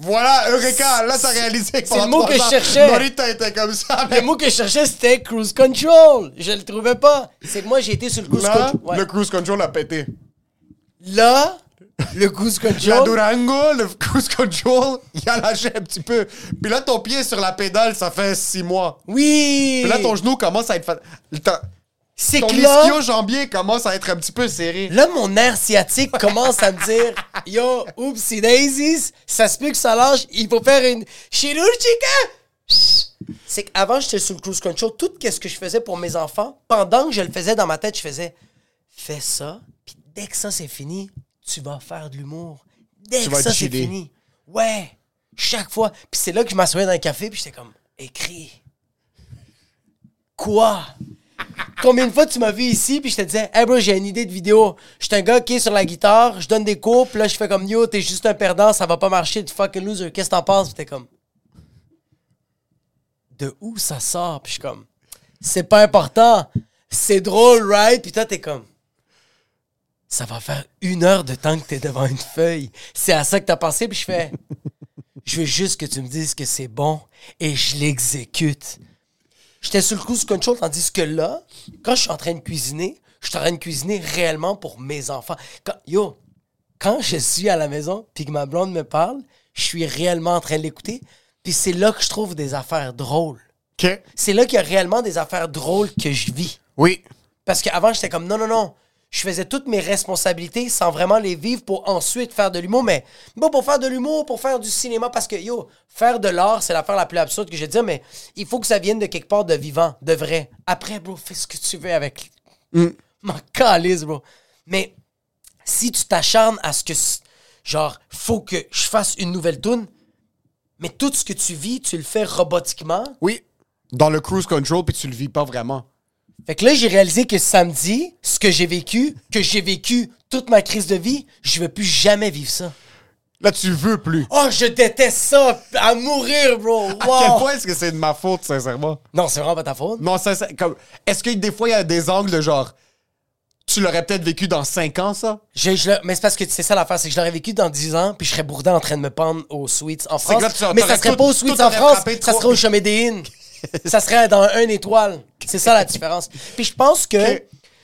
Voilà, Eureka, là t'as réalisé que
C'est le
pendant
mot
trois
que je
ans,
cherchais.
Norita était comme ça.
le
mais
mot que je cherchais, c'était cruise control. Je le trouvais pas. C'est que moi, j'ai été sur le cruise
là,
control. Ouais.
le cruise control a pété.
Là, le cruise
La
control.
Durango, le cruise control, il a lâché un petit peu. Puis là, ton pied sur la pédale, ça fait six mois.
Oui.
Puis là, ton genou commence à être... fa- ta-
C'est
Ton
que là,
ischio-jambier commence à être un petit peu serré.
là, mon air sciatique commence à me dire Yo, oupsie daisies, ça se peut que ça lâche, il faut faire une chirurgica. C'est qu'avant, j'étais sur le cruise control. Tout ce que je faisais pour mes enfants, pendant que je le faisais dans ma tête, je faisais fais ça, puis dès que ça c'est fini, tu vas faire de l'humour. Dès que
vas
ça c'est
chiller.
fini. Ouais, chaque fois. Puis c'est là que je m'assoyais dans un café, puis j'étais comme écris. Quoi? Combien de fois tu m'as vu ici, puis je te disais, hey bro, j'ai une idée de vidéo. Je suis un gars qui est sur la guitare, je donne des cours, puis là je fais comme yo, t'es juste un perdant, ça va pas marcher, tu fucking loser, qu'est-ce que t'en penses? Puis t'es comme. De où ça sort? Puis je suis comme c'est pas important. C'est drôle, right? Puis toi, t'es comme. Ça va faire une heure de temps que t'es devant une feuille. C'est à ça que t'as pensé. Puis je fais. Je veux juste que tu me dises que c'est bon et je l'exécute. J'étais sur le cruise control, tandis que là, quand je suis en train de cuisiner, je suis en train de cuisiner réellement pour mes enfants. Quand- yo, quand je suis à la maison puis que ma blonde me parle, je suis réellement en train de l'écouter. Puis c'est là que je trouve des affaires drôles.
OK.
C'est là qu'il y a réellement des affaires drôles que je vis.
Oui.
Parce qu'avant, j'étais comme non, non, non. Je faisais toutes mes responsabilités sans vraiment les vivre pour ensuite faire de l'humour. Mais bon, pour faire de l'humour, pour faire du cinéma, parce que yo, faire de l'art, c'est l'affaire la plus absurde que j'ai dire, mais il faut que ça vienne de quelque part de vivant, de vrai. Après, bro, fais ce que tu veux avec. M'en calisse, bro. Mais si tu t'acharnes à ce que, c- genre, faut que je fasse une nouvelle tune, mais tout ce que tu vis, tu le fais robotiquement.
Oui. Dans le cruise control, puis tu le vis pas vraiment.
Fait que là, j'ai réalisé que samedi, ce que j'ai vécu, que j'ai vécu toute ma crise de vie, je veux plus jamais vivre ça.
Là, tu veux plus.
Oh, je déteste ça à mourir, bro. Wow.
À quel point est-ce que c'est de ma faute, sincèrement?
Non, c'est vraiment pas ta faute.
Non, sincèrement, comme... Est-ce que des fois, il y a des angles de genre... Tu l'aurais peut-être vécu dans 5 ans, ça?
Je- je le- mais c'est parce que c'est ça l'affaire, c'est que je l'aurais vécu dans 10 ans, puis je serais bourdin en train de me pendre aux Sweets en
que
France.
là, tu aurais-
mais ça
t'aurais
serait
tout-
pas aux Sweets
tout
en
aurait
France,
frappé
ça
trois-
serait au Chemin des Innes. ça serait dans un étoile. C'est ça la différence. Puis je pense que,
Ok.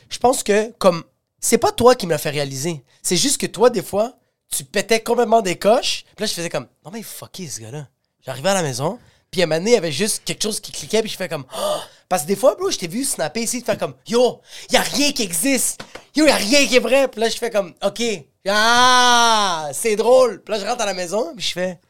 je pense que, comme, c'est pas toi qui me l'as fait réaliser. C'est juste que toi, des fois, tu pétais complètement des coches, puis là, je faisais comme, non, mais fucké ce gars-là. J'arrivais à la maison, puis à un moment donné, il y avait juste quelque chose qui cliquait, puis je fais comme, Ah! parce que des fois, bro, je t'ai vu snapper ici, de faire comme, yo, y a rien qui existe. Yo, y a rien qui est vrai. Puis là, je fais comme, ok, ah, c'est drôle. Puis là, je rentre à la maison, puis je fais,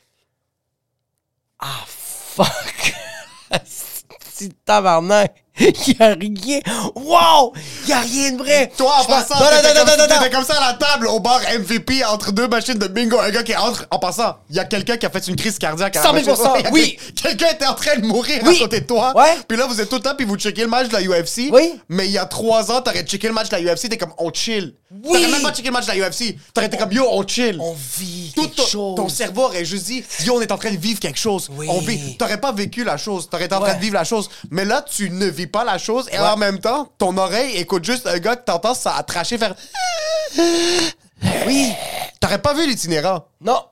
ah, fuck. C'est tabarnak. Y a rien. Wow! Y a rien de vrai.
Toi, en
Je pense-
passant,
Non, non, non,
t'étais comme,
non, non,
si
non,
t'étais comme ça à la table, au bar MVP, entre deux machines de bingo. Un gars qui entre, en passant, il y a quelqu'un qui a fait une crise cardiaque. à la
100 000
machine. Il y a
oui.
quel- Quelqu'un était en train de mourir
Oui.
à côté de toi.
Ouais.
Puis là, vous êtes tout le temps, puis vous checkez le match de la UFC.
Oui.
Mais il y a trois ans, t'aurais checké le match de la UFC, t'es comme, on chill.
Oui.
T'aurais même pas checké le match de la UFC. T'aurais été comme, yo, on chill.
On vit
Tout
quelque
ton,
chose.
ton cerveau aurait juste dit, yo, on est en train de vivre quelque chose.
Oui.
On vit. T'aurais pas vécu la chose. T'aurais été en
Ouais.
train de vivre la chose. Mais là, tu ne vis pas la chose. Et en même temps, ton oreille écoute juste un gars que t'entends ça a traché faire.
Oui.
T'aurais pas vu l'itinérant.
Non.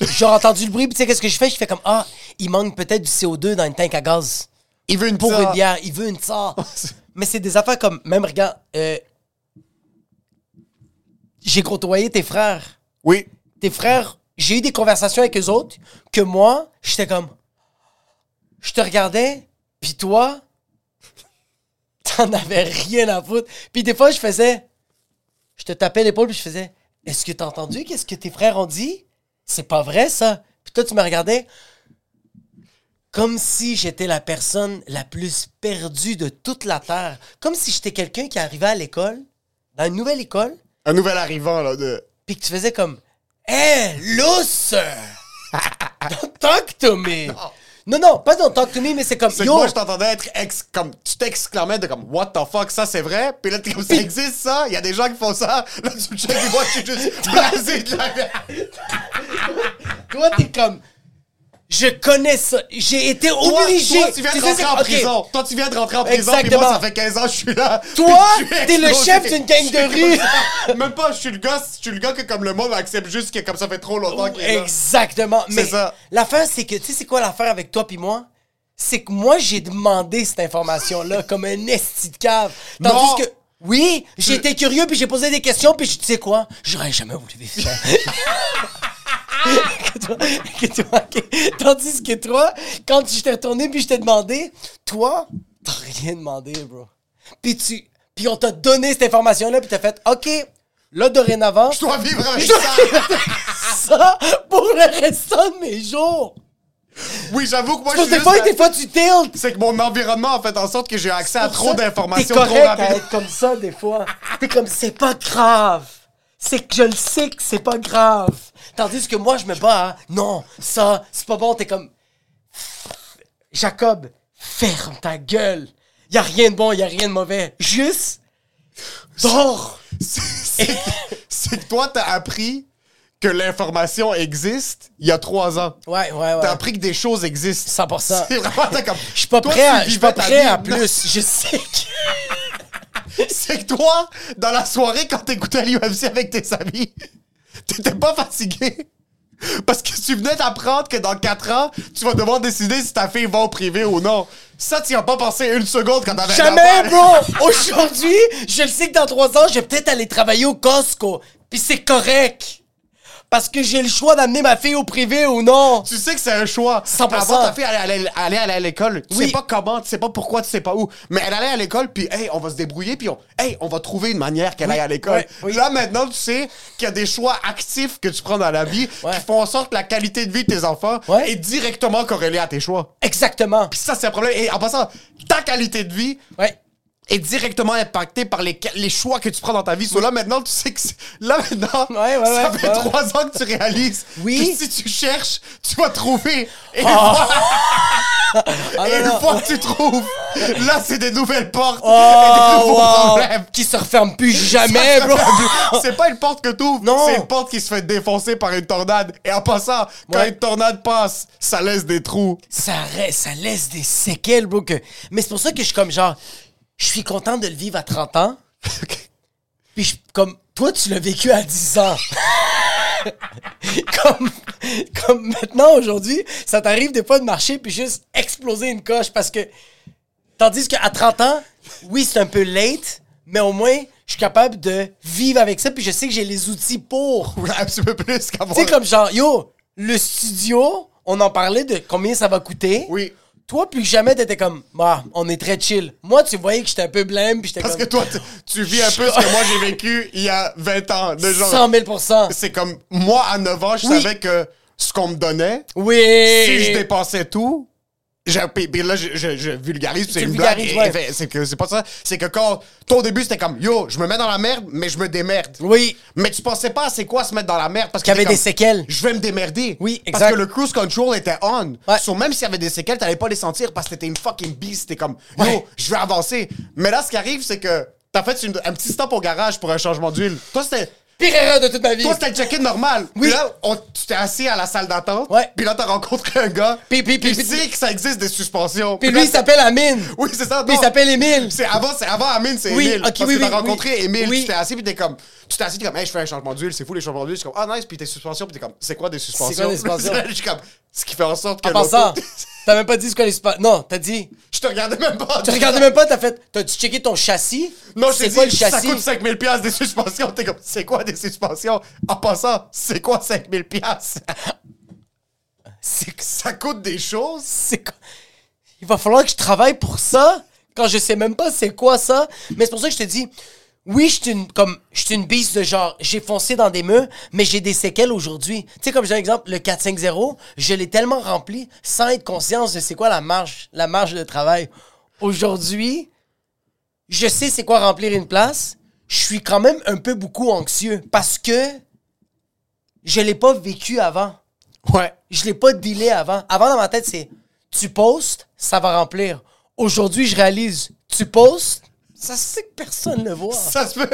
J'ai entendu le bruit, puis tu sais, qu'est-ce que je fais? Je fais comme, ah, il manque peut-être du CO2 dans une tank à gaz.
Il veut une
Pour
pizza.
une bière, il veut une tsar. Mais c'est des affaires comme, même, regarde, euh, j'ai côtoyé tes frères.
Oui.
tes frères, j'ai eu des conversations avec eux autres que moi, j'étais comme. Je te regardais, puis toi, t'en avais rien à foutre. Puis des fois, je faisais. Je te tapais l'épaule, puis je faisais Est-ce que t'as entendu Qu'est-ce que tes frères ont dit C'est pas vrai, ça. Puis toi, tu me regardais comme si j'étais la personne la plus perdue de toute la Terre. Comme si j'étais quelqu'un qui arrivait à l'école, dans une nouvelle école,
Un nouvel arrivant, là. De...
puis que tu faisais comme Hey, lousse! Don't talk to me! Non, non, pas don't talk to me, mais c'est comme
C'est que
Yo!
moi, je t'entendais être ex. Comme, tu t'exclamais de comme, what the fuck, ça c'est vrai. Puis là, t'es comme, ça existe ça. Il y a des gens qui font ça. Là, tu me checkes, et moi, je suis juste blasé de la
Toi, t'es comme Je connais ça, j'ai été
Toi,
obligé!
toi, tu viens de
sais, c'est-
rentrer en
ok.
prison. Toi, tu viens de rentrer en prison. Puis
Exactement.
moi, ça fait 15 ans que je suis là.
Toi,
Puis je suis
t'es le
explosé.
chef d'une gang de
Je suis
rue.
comme ça. Même pas, je suis le gars, je suis le gars que comme le monde accepte juste que comme ça fait trop longtemps qu'il est là.
Exactement. Mais
ça.
l'affaire, c'est que, tu sais, c'est quoi l'affaire avec toi puis moi? C'est que moi, j'ai demandé cette information-là comme un esti de cave. Tandis
Non.
que, oui, j'étais curieux puis j'ai posé des questions puis je- tu sais quoi? J'aurais jamais voulu vivre ça. que toi, que toi, que- Tandis que toi, quand je t'ai retourné puis je t'ai demandé, toi, t'as rien demandé, bro. Puis tu. Puis on t'a donné cette information-là, puis t'as fait, OK, là, dorénavant,
Je dois vivre avec ça.
ça pour le restant de mes jours.
Oui, j'avoue que moi, je
Parce que
suis
des fois,
juste-
des fois, tu tiltes.
C'est que mon environnement a fait en sorte que j'ai accès à trop d'informations
T'es
trop
correct à
rapidement.
être comme ça, des fois. T'es comme, c'est pas grave. C'est que je le sais que c'est pas grave. Tandis que moi, je me bats. hein. Non, ça, c'est pas bon. T'es comme, Jacob, ferme ta gueule. Y a rien de bon, y a rien de mauvais. Juste, dors.
C'est- C'est c'est que toi, t'as appris que l'information existe il y a trois ans.
Ouais, ouais, ouais.
T'as appris que des choses existent.
100%.
C'est vraiment t'as comme.
Je suis pas
Toi,
prêt
tu
à, je suis pas
vivais ta
prêt à
vie.
plus. Je sais que.
C'est que toi, dans la soirée, quand t'écoutais l'UFC avec tes amis, t'étais pas fatigué. Parce que tu venais d'apprendre que dans 4 ans, tu vas devoir décider si ta fille va au privé ou non. Ça, tu n'y as pas pensé une seconde quand t'avais
Jamais,
un enfant.
bro! Aujourd'hui, je le sais que dans trois ans, je vais peut-être aller travailler au Costco. Puis c'est correct. Parce que j'ai le choix d'amener ma fille au privé ou non.
Tu sais que c'est un choix.
100%.
Avant, ta fille allait aller, aller, aller à l'école. Tu
Oui.
sais pas comment, tu sais pas pourquoi, tu sais pas où. Mais elle allait à l'école, puis hey, on va se débrouiller, puis on, hey, on va trouver une manière qu'elle aille à l'école.
ouais, oui.
Là, maintenant, tu sais qu'il y a des choix actifs que tu prends dans la vie
Ouais.
qui font en sorte que la qualité de vie de tes enfants
Ouais.
est directement corrélée à tes choix.
Exactement.
Puis ça, c'est un problème. Et en passant, ta qualité de vie
Ouais.
est directement impacté par les, les choix que tu prends dans ta vie. So, là, maintenant, tu sais que... c'est- Là, maintenant,
Ouais, ouais,
ça
ouais,
fait
ouais.
trois ans que tu réalises
Oui.
que si tu cherches, tu vas trouver. Et,
Ah,
et
non,
une
non.
fois que tu trouves, là, c'est des nouvelles portes et des
Oh,
nouveaux
wow.
problèmes.
Qui se referme plus jamais, bro.
C'est pas une porte que tu ouvres,
Non.
c'est une porte qui se fait défoncer par une tornade. Et en passant, quand
Ouais.
une tornade passe, ça laisse des trous.
ça, re- ça laisse des séquelles, bro. que- Mais c'est pour ça que je suis comme genre, je suis content de le vivre à 30 ans. Puis je, comme, toi, tu l'as vécu à 10 ans. comme, comme maintenant, aujourd'hui, ça t'arrive des fois de marcher puis juste exploser une coche parce que. Tandis qu'à 30 ans, oui, c'est un peu late, mais au moins, je suis capable de vivre avec ça puis je sais que j'ai les outils pour.
Un petit peu plus qu'avant.
Tu sais, comme genre, yo, le studio, on en parlait de combien ça va coûter.
Oui.
Toi, plus que jamais, t'étais comme, bah, on est très chill. Moi, tu voyais que j'étais un peu blême, puis j'étais
Parce
comme,
que toi, tu- tu vis un peu ce que moi j'ai vécu il y a 20 ans. De genre,
100 000
c'est comme moi à 9 ans, je
Oui.
savais que ce qu'on me donnait,
Oui.
si je dépensais tout, j'ai- puis puis là, je, je- je vulgarise, puis c'est
Tu
une blague.
vulgarises,
et-
ouais.
et fait- C'est que c'est pas ça. C'est que quand, toi au début, c'était comme yo, je me mets dans la merde, mais je me démerde.
Oui.
Mais tu pensais pas à c'est quoi se mettre dans la merde parce
Qu'il y avait
t'es comme,
des séquelles.
Je vais me démerder.
Oui,
Parce
exact.
que le cruise control était on.
Ouais.
So, même s'il y avait des séquelles, t'allais pas les sentir parce que t'étais une fucking beast. T'es comme, yo,
Ouais.
je vais avancer. Mais là, ce qui arrive, c'est que t'as fait une- un petit stop au garage pour un changement d'huile. Toi, c'était.
Pire erreur de toute ma vie.
Toi, c'était le check-in normal.
Oui.
Puis là, on- tu t'es assis à la salle d'attente.
Ouais.
Puis là, t'as rencontré un gars.
Puis- puis- puis-
qui
puis-
sait que ça existe des suspensions.
Puis
Puis là,
lui, il s'appelle Amine.
Oui, c'est ça.
Puis il
non.
s'appelle Émile.
C'est avant, c'est avant Amine, c'est
Oui,
Emile.
ok,
Parce
oui,
que t'as
oui,
rencontré
oui.
Emile,
Oui.
tu t'es assis, puis t'es comme, tu t'es assis, t'es comme, hey, je fais un changement d'huile, c'est fou les changements d'huile. C'est comme, ah nice, puis tes suspensions, puis t'es comme, c'est quoi des suspensions?
quoi des suspensions?
Là, je suis comme, ce qui fait en sorte que.
En passant,
l'auto-
t'as même pas dit ce qu'on est Non, t'as dit.
je te regardais même pas.
Tu regardais même pas, t'as fait. T'as-tu checké ton chassis?
Non, je t'ai
c'est quoi le
dit, ça
châssis?
coûte 5000 pièces des suspensions. T'es comme, c'est quoi des suspensions? En passant, c'est quoi 5000 pièces?
C'est
Ça coûte des choses?
c'est quoi- Il va falloir que je travaille pour ça quand je sais même pas c'est quoi ça. Mais c'est pour ça que je te dis, oui, je suis une, comme, je suis une bise de genre, j'ai foncé dans des murs, mais j'ai des séquelles aujourd'hui. Tu sais, comme j'ai un exemple, le 4-5-0, je l'ai tellement rempli sans être conscience de c'est quoi la marge, la marge de travail. Aujourd'hui, je sais c'est quoi remplir une place. Je suis quand même un peu beaucoup anxieux parce que je l'ai pas vécu avant.
Ouais.
Je l'ai pas dealé avant. Avant, dans ma tête, c'est tu postes, ça va remplir. Aujourd'hui, je réalise, tu postes, ça se fait que personne le voit.
Ça se peut.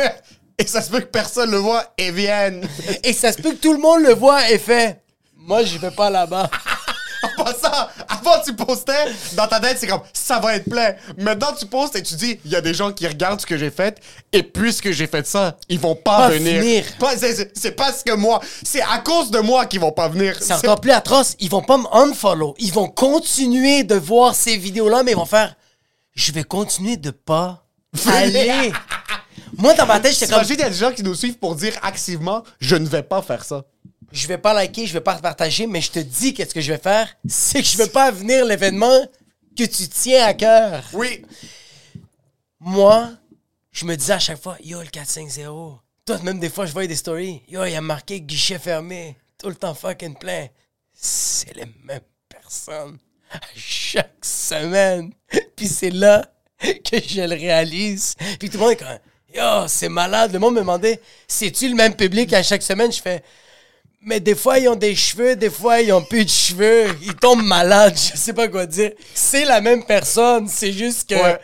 Et ça se peut que personne le voit et vienne.
Et ça se peut que tout le monde le voit et fait Moi, je vais pas là-bas.
En passant, avant tu postais, dans ta tête c'est comme ça va être plein. Maintenant tu postes et tu dis il y a des gens qui regardent ce que j'ai fait et puisque j'ai fait ça, ils vont
Pas
pas, venir.
venir.
Pas- c'est- c'est- c'est parce que moi, c'est à cause de moi qu'ils vont pas venir.
C'est encore plus atroce. Ils vont pas me unfollow. Ils vont continuer de voir ces vidéos-là, mais ils vont faire Je vais continuer de pas aller. Moi, dans ma tête, j'étais comme
T'imagines, il y a des gens qui nous suivent pour dire activement je ne vais pas faire ça.
je vais pas liker, je vais pas partager, mais je te dis qu'est-ce que je vais faire, c'est que je vais pas venir l'événement que tu tiens à cœur.
Oui.
Moi, je me disais à chaque fois, yo, le 450. Toi, même des fois, je voyais des stories. Yo, il y a marqué guichet fermé. Tout le temps fucking plein. C'est les mêmes personnes à chaque semaine. Puis c'est là que je le réalise. Puis tout le monde est comme, yo, c'est malade. Le monde me demandait, c'est-tu le même public à chaque semaine? Je fais, mais des fois, ils ont des cheveux, des fois, ils ont plus de cheveux. Ils tombent malades, je sais pas quoi dire. C'est la même personne, c'est juste que.
Ouais.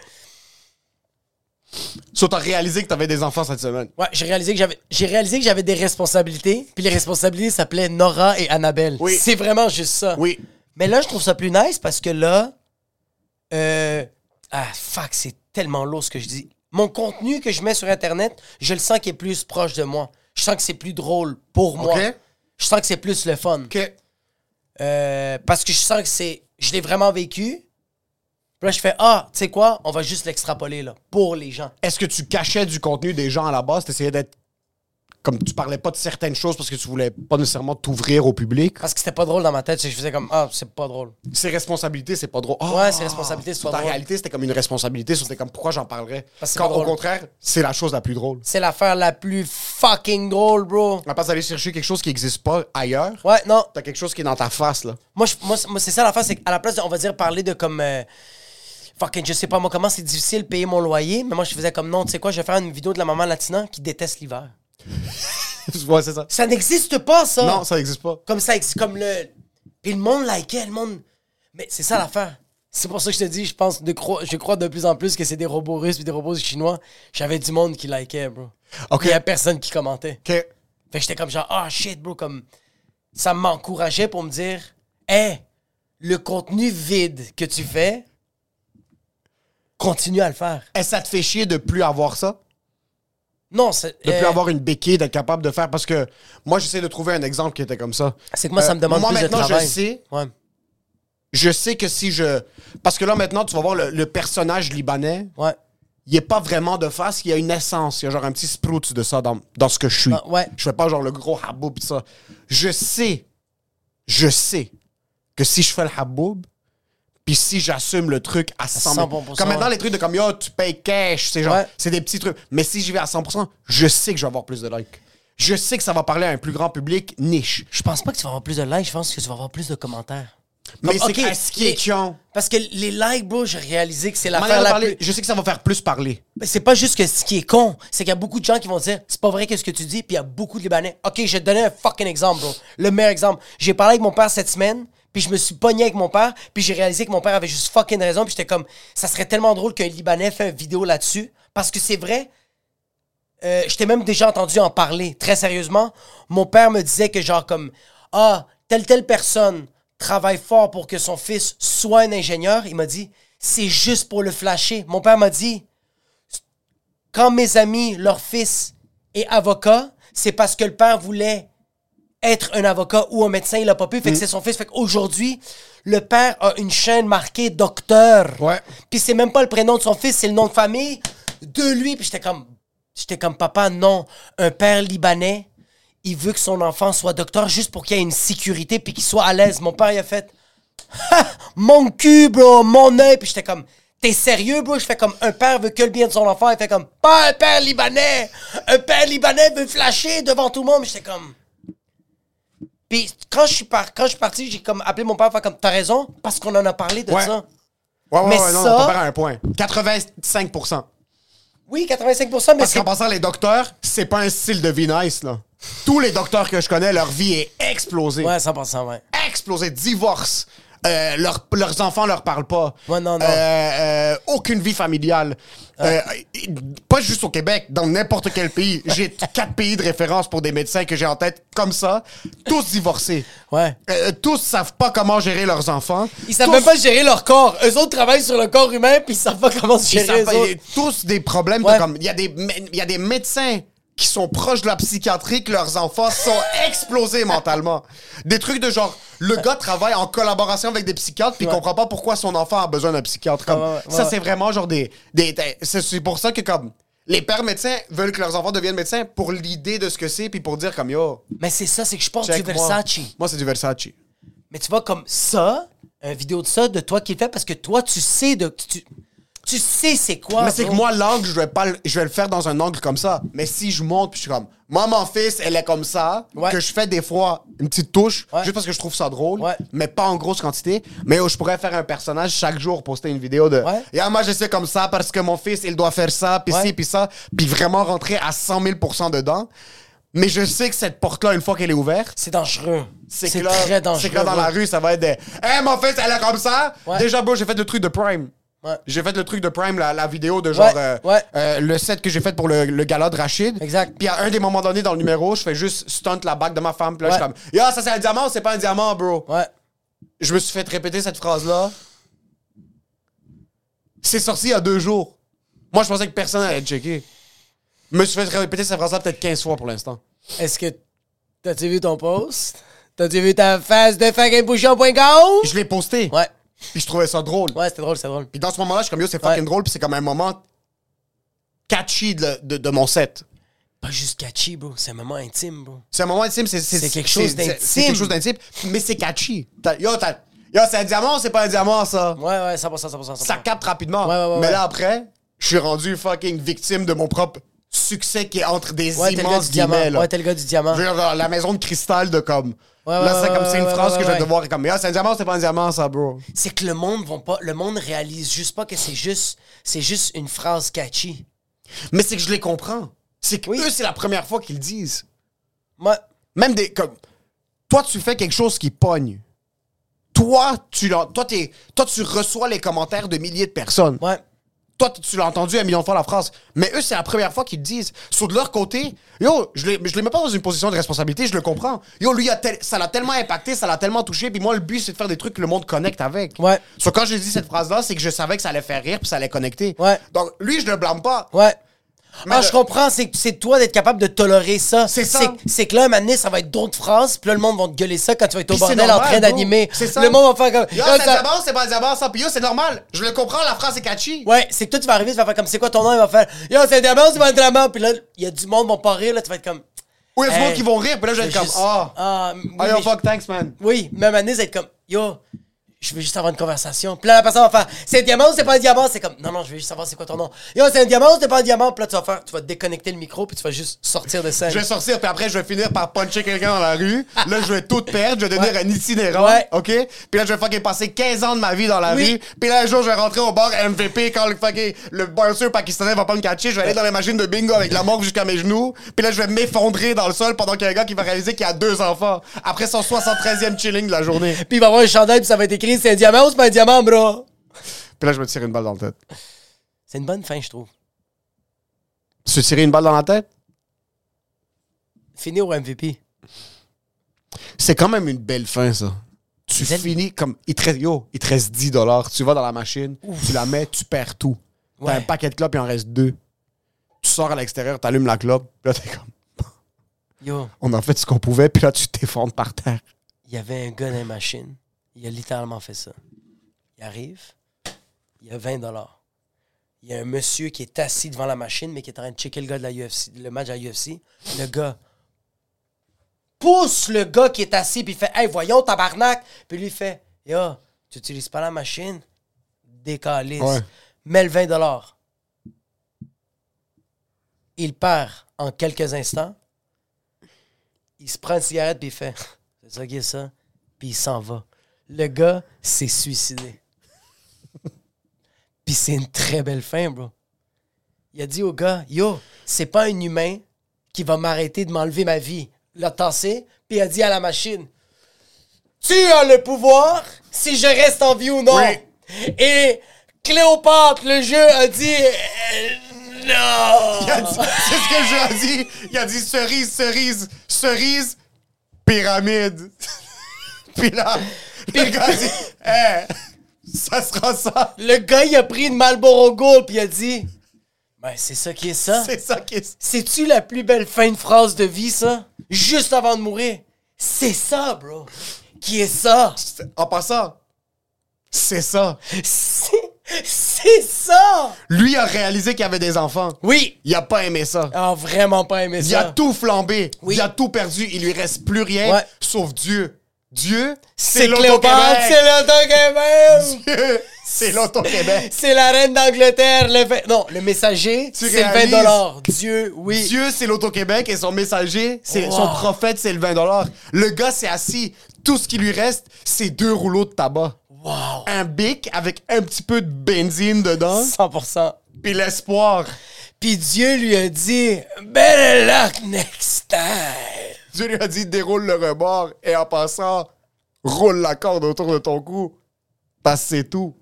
Sauf t'as réalisé que t'avais des enfants cette semaine.
Ouais, j'ai réalisé que j'avais j'ai réalisé que j'avais des responsabilités, puis les responsabilités s'appelaient Nora et Annabelle.
Oui.
C'est vraiment juste ça.
Oui.
Mais là, je trouve ça plus nice parce que là euh ah fuck, c'est tellement lourd ce que je dis. Mon contenu que je mets sur internet, je le sens qui est plus proche de moi. Je sens que c'est plus drôle pour moi.
Ok.
Je je sens que c'est plus le fun.
OK.
Euh, parce que je sens que c'est. Je l'ai vraiment vécu. Puis là, je fais Ah, tu sais quoi, on va juste l'extrapoler là, pour les gens.
Est-ce que tu cachais du contenu des gens à la base? T'essayais d'être. Comme tu parlais pas de certaines choses parce que tu voulais pas nécessairement t'ouvrir au public.
Parce que c'était pas drôle dans ma tête, c'est que je faisais comme Ah, c'est pas drôle.
Ses responsabilités, c'est pas drôle. Ah!
Ouais, ses responsabilités, c'est
Sur
pas
ta
drôle.
réalité, c'était comme une responsabilité. Sur c'était comme pourquoi j'en parlerais.
Parce que c'est
Quand
pas
au
drôle.
contraire, c'est la chose la plus drôle.
C'est l'affaire la plus fucking drôle, bro.
À part d'aller chercher quelque chose qui existe pas ailleurs,
Ouais, non.
t'as quelque chose qui est dans ta face là.
Moi, je- moi, c'est- moi, c'est ça l'affaire, c'est qu'à la place, de, on va dire, parler de comme. euh, fucking, je sais pas moi comment c'est difficile de payer mon loyer, mais moi, je faisais comme non, tu sais quoi, je vais faire une vidéo de la maman latina qui déteste l'hiver.
ouais, c'est ça.
Ça n'existe pas, ça!
Non, ça n'existe pas.
Comme ça, ex- comme le. Puis le monde likait, le monde. Mais c'est ça l'affaire. C'est pour ça que je te dis, je pense, de cro- je crois de plus en plus que c'est des robots russes et des robots chinois. J'avais du monde qui likait, bro.
Ok.
Il y a personne qui commentait.
Ok.
Fait que j'étais comme genre, ah shit, bro, comme. Ça m'encourageait pour me dire, hey, le contenu vide que tu fais, continue à le faire.
Est-ce que ça te fait chier de plus avoir ça?
Non, c'est.
De plus
euh,
avoir une béquille, d'être capable de faire. Parce que moi, j'essaie de trouver un exemple qui était comme ça.
C'est que moi, ça me demande
Euh, moi,
plus de
maintenant,
travail.
je sais.
Ouais.
Je sais que si je. Parce que là, maintenant, tu vas voir le, le personnage libanais,
Ouais.
il n'est pas vraiment de face, il y a une essence. Il y a genre un petit sprout de ça dans, dans ce que je suis.
Ah, ouais.
Je fais pas genre le gros haboub pis ça. Je sais, je sais que si je fais le haboub, puis si j'assume le truc à 100
100%,
Comme maintenant,
ouais.
les trucs de comme yo, tu payes cash, c'est genre,
Ouais.
c'est des petits trucs. Mais si j'y vais à 100%, je sais que je vais avoir plus de likes. Je sais que ça va parler à un plus grand public niche.
Je pense pas que tu vas avoir plus de likes, je pense que tu vas avoir plus de commentaires.
Mais
Comme,
c'est
ok,
à ce qui
mais-
est kion.
Parce que les likes, bro, j'ai réalisé que c'est
Manière
l'affaire
de
la
parler,
plus...
Je sais que ça va faire plus parler.
Mais Ben, C'est pas juste que ce qui est con, c'est qu'il y a beaucoup de gens qui vont dire « C'est pas vrai qu'est-ce que tu dis », puis il y a beaucoup de Libanais. OK, je vais te donner un fucking exemple, bro. Le meilleur exemple. J'ai parlé avec mon père cette semaine, puis je me suis pogné avec mon père, puis j'ai réalisé que mon père avait juste fucking raison, puis j'étais comme « Ça serait tellement drôle qu'un Libanais fait une vidéo là-dessus. » Parce que c'est vrai, euh, je t'ai même déjà entendu en parler, très sérieusement. Mon père me disait que genre comme « Ah, telle telle personne travaille fort pour que son fils soit un ingénieur. » Il m'a dit « C'est juste pour le flasher. » Mon père m'a dit « Quand mes amis, leur fils est avocat, c'est parce que le père voulait être un avocat ou un médecin. Il l'a pas pu, fait que c'est son fils. Fait qu'aujourd'hui, le père a une chaîne marquée « Docteur
Ouais.
puis c'est même pas le prénom de son fils, c'est le nom de famille de lui. Puis j'étais comme, j'étais comme papa, non, un père libanais, il veut que son enfant soit docteur juste pour qu'il y ait une sécurité puis qu'il soit à l'aise. Mon père il a fait, Ha! mon cul, bro, mon œil. Puis j'étais comme, t'es sérieux, bro? Je fais comme, un père veut que le bien de son enfant. Il fait comme, pas un père libanais. Un père libanais veut flasher devant tout le monde. Puis j'étais comme. Puis quand je suis par... quand je suis parti, j'ai comme appelé mon père, faire comme, t'as raison, parce qu'on en a parlé de
Ouais.
ça.
Ouais, ouais,
Mais
ouais, non,
ça-
on t'en à un point. 85%.
Oui, 85%, mais
Parce
c'est
qu'en passant, les docteurs, c'est pas un style de vie nice, là. Tous les docteurs que je connais, leur vie est explosée.
Ouais, 100%, ouais.
Explosée. Divorce. Euh, leurs- leurs enfants leur parlent pas.
Ouais, non, non.
Euh, euh, aucune vie familiale. Euh, pas juste au Québec, dans n'importe quel pays. J'ai quatre pays de référence pour des médecins que j'ai en tête comme ça. Tous divorcés.
Ouais.
Euh, tous savent pas comment gérer leurs enfants.
Ils savent
Tous-
même pas gérer leur corps. Eux autres travaillent sur le corps humain, puis ils savent pas comment se
Ils
gérer
savent
eux
pas-
autres.
tous des problèmes. de
Ouais.
comme- Il y, a des mé- il y a des médecins qui sont proches de la psychiatrie que leurs enfants sont explosés mentalement. Des trucs de genre, le gars travaille en collaboration avec des psychiatres puis il comprend pas pourquoi son enfant a besoin d'un psychiatre. Comme,
Ouais, ouais, ouais,
ça,
ouais.
c'est vraiment genre des... des, des- c'est c'est pour ça que comme... Les pères médecins veulent que leurs enfants deviennent médecins pour l'idée de ce que c'est puis pour dire comme yo,
Mais c'est ça, c'est que je pense du
check moi.
Versace.
Moi, c'est du Versace.
Mais tu vois, comme ça, une vidéo de ça, de toi qui le fait, parce que toi, tu sais de. Tu, tu sais c'est quoi.
Mais c'est que
bro.
moi, l'angle, je vais pas le- je vais le faire dans un angle comme ça. Mais si je monte, puis je suis comme, moi, mon fils, elle est comme ça,
Ouais.
que je fais des fois une petite touche,
Ouais.
juste parce que je trouve ça drôle,
Ouais.
mais pas en grosse quantité. Mais oh, je pourrais faire un personnage chaque jour, poster une vidéo de,
Ouais.
et ah, moi, je sais comme ça parce que mon fils, il doit faire ça, puis
Ouais.
ci, puis ça, puis vraiment rentrer à 100 000 dedans. Mais je sais que cette porte-là, une fois qu'elle est ouverte,
C'est dangereux.
c'est
C'est
que là,
très dangereux.
c'est que là, dans la
bro.
rue, ça va être des Hey, mon fils, elle est comme ça!
Ouais.
Déjà, bro, j'ai fait le truc de Prime.
Ouais.
J'ai fait le truc de Prime, la, la vidéo de genre
Ouais,
euh,
ouais.
euh, le set que j'ai fait pour le, le gala de Rachid.
Exact.
Puis à un des moments donnés dans le numéro, je fais juste stunt la bague de ma femme. Puis là,
Ouais.
je suis comme Yo, ça c'est un diamant, c'est pas un diamant, bro.
Ouais.
Je me suis fait répéter cette phrase-là. C'est sorti il y a deux jours. Moi, je pensais que personne allait le checker. Je me suis fait répéter cette phrase-là peut-être 15 fois pour l'instant.
Est-ce que. T'as-tu vu ton post? T'as-tu vu ta face de fucking bouchon.com?
Je l'ai posté.
Ouais.
Puis je trouvais ça drôle.
Ouais, c'était drôle, c'était drôle.
Puis dans ce moment-là, je suis comme yo, c'est fucking
Ouais.
drôle. Puis c'est comme un moment catchy de, de, de mon set.
Pas juste catchy, bro. C'est un moment intime, bro.
C'est un moment intime. C'est c'est-
C'est quelque
c'est-
chose
c'est-
d'intime.
C'est quelque chose d'intime, mais c'est catchy. T'as- Yo, t'as- yo, c'est un diamant, c'est pas un diamant, ça.
Ouais, ouais, 100%, 100%. 100%.
Ça capte rapidement.
Ouais, ouais, ouais,
mais
ouais.
là, après, je suis rendu fucking victime de mon propre succès qui est entre des
Ouais, t'es le gars
immenses
du diamant.
guillemets. là.
Ouais, t'es le gars du diamant.
Je veux dire, genre, la maison de cristal de comme.
Ouais, ouais,
là, c'est
ouais,
comme
ouais,
c'est une
ouais,
phrase
ouais,
que je vais
ouais.
devoir comme. Yo, c'est un diamant, c'est pas un diamant, ça, bro.
C'est que le monde vont pas. Le monde réalise juste pas que c'est juste. C'est juste une phrase catchy.
Mais c'est que je les comprends. C'est que
Oui.
eux, c'est la première fois qu'ils le disent.
Moi.
Même des. Comme, toi, tu fais quelque chose qui pogne. Toi, tu l'en- toi, t'es- toi, tu reçois les commentaires de milliers de personnes.
Ouais.
Toi, t- tu l'as entendu un million de fois la phrase. Mais eux, c'est la première fois qu'ils le disent. Sur de leur côté, yo, je les, je les mets pas dans une position de responsabilité, je le comprends. Yo, lui, il a tel- ça l'a tellement impacté, ça l'a tellement touché. Puis moi, le but, c'est de faire des trucs que le monde connecte avec.
Ouais.
So, quand j'ai dit cette phrase-là, c'est que je savais que ça allait faire rire, puis ça allait connecter.
Ouais.
Donc, lui, je le blâme pas.
Ouais.
Mais
ah,
le-
je comprends, c'est que c'est toi d'être capable de tolérer ça.
C'est ça.
que- C'est que là, un moment donné, ça va être d'autres phrases, puis là, le monde va te gueuler ça quand tu vas être au
Puis c'est
bordel en
normal,
train
bro.
d'animer.
C'est ça.
Le monde va faire comme.
Yo,
Là,
c'est
Euh, ça-
d'abord, c'est pas d'abord ça. Puis yo, c'est normal. Je le comprends, la phrase est catchy.
Ouais, c'est que toi, tu vas arriver, tu vas faire comme c'est quoi ton nom, il va faire Yo, c'est un diamant, c'est pas un diamant. Puis là, il y a du monde, vont pas rire, là, tu vas être comme.
Ou il y a du
Hey,
monde qui vont rire, puis là, je vais être
c'est
comme,
juste-
ah.
Ah, oui,
Ah, yo,
mais-
fuck, thanks, man.
Oui, même année, c'est comme Yo, je veux juste avoir une conversation. Puis là, la personne va faire C'est un diamant ou c'est pas un diamant C'est comme Non, non, je veux juste savoir c'est quoi ton nom. Yo, c'est un diamant ou c'est pas un diamant Puis là, tu vas faire Tu vas déconnecter le micro, puis tu vas juste sortir de scène.
Je vais sortir, puis après, je vais finir par puncher quelqu'un dans la rue. Là, je vais tout perdre, je vais devenir
Ouais.
un itinérant.
Ouais.
OK? Puis là, je vais fucking passer 15 ans de ma vie dans la
Oui.
rue. Puis là, un jour, je vais rentrer au bar MVP quand le fucking. Le bouncer pakistanais va pas me catcher. Je vais aller dans les machines de bingo avec la morgue jusqu'à mes genoux. Puis là, je vais m'effondrer dans le sol pendant qu'il y a un gars qui va réaliser qu'il a deux enfants. Après son 73e chilling de la journée.
Puis il va avoir un chandail, puis ça va être écrit C'est un diamant ou c'est pas un diamant, bro
Puis là, je me tire une balle dans la tête.
C'est une bonne fin, je trouve.
Se tirer une balle dans la tête?
Fini au MVP.
C'est quand même une belle fin, ça. Tu
Belle-
finis comme. Il te reste, yo, il te reste 10 dollars. Tu vas dans la machine, tu la mets, tu perds tout.
Ouais.
T'as un paquet de clopes, il en reste deux. Tu sors à l'extérieur, t'allumes la clope, puis là, t'es comme.
Yo,
On a fait ce qu'on pouvait, puis là, tu t'effondres par terre.
il y avait un gars dans la machine. Il a littéralement fait ça. Il arrive, il y a 20 dollars. Il y a un monsieur qui est assis devant la machine, mais qui est en train de checker le gars de la UFC, le match à la UFC. Le gars pousse le gars qui est assis, puis il fait Hey, voyons, tabarnak. Puis lui, il fait Yo, tu n'utilises pas la machine Décalisse.
Ouais.
Mets le 20 dollars. Il part en quelques instants. Il se prend une cigarette, puis il fait C'est ça qui est ça. Puis il s'en va. Le gars s'est suicidé. Puis c'est une très belle fin, bro. Il a dit au gars, yo, c'est pas un humain qui va m'arrêter de m'enlever ma vie. Il L'a tassé, puis il a dit à la machine, tu as le pouvoir si je reste en vie ou non.
Oui.
Et Cléopâtre, le jeu, a dit, Euh,
Il a
non.
dit- C'est ce que je lui ai dit. Il a dit cerise, cerise, cerise, pyramide. puis là, le gars a dit Hey, ça sera ça.
Le gars, il a pris une Malboro Gold, puis il a dit, ben c'est ça qui est ça.
C'est ça qui est.
C'est-tu la plus belle fin de phrase de vie, ça? Juste avant de mourir. C'est ça, bro. Qui est ça?
En passant, c'est ça.
C'est c'est ça!
Lui a réalisé qu'il avait des enfants.
Oui!
Il a pas aimé ça.
Ah, vraiment pas aimé ça.
Il a tout flambé.
Oui.
Il a tout perdu. Il lui reste plus rien
Ouais.
sauf Dieu. Dieu,
C'est Cléopâtre, c'est l'Auto-Québec!
Dieu, c'est l'Auto-Québec.
C'est la reine d'Angleterre, le vingt- Non, le messager,
Tu
c'est
réalises-
le 20 Dieu, oui.
Dieu, c'est l'Auto-Québec et son messager, c'est
Wow.
son prophète, c'est le 20 Le gars s'est assis. Tout ce qui lui reste, c'est deux rouleaux de tabac.
Wow!
Un bic avec un petit peu de benzine dedans,
100%.
puis l'espoir.
Puis Dieu lui a dit, Better luck next time!
Dieu lui a dit déroule le rebord et en passant, roule la corde autour de ton cou. Parce que c'est tout.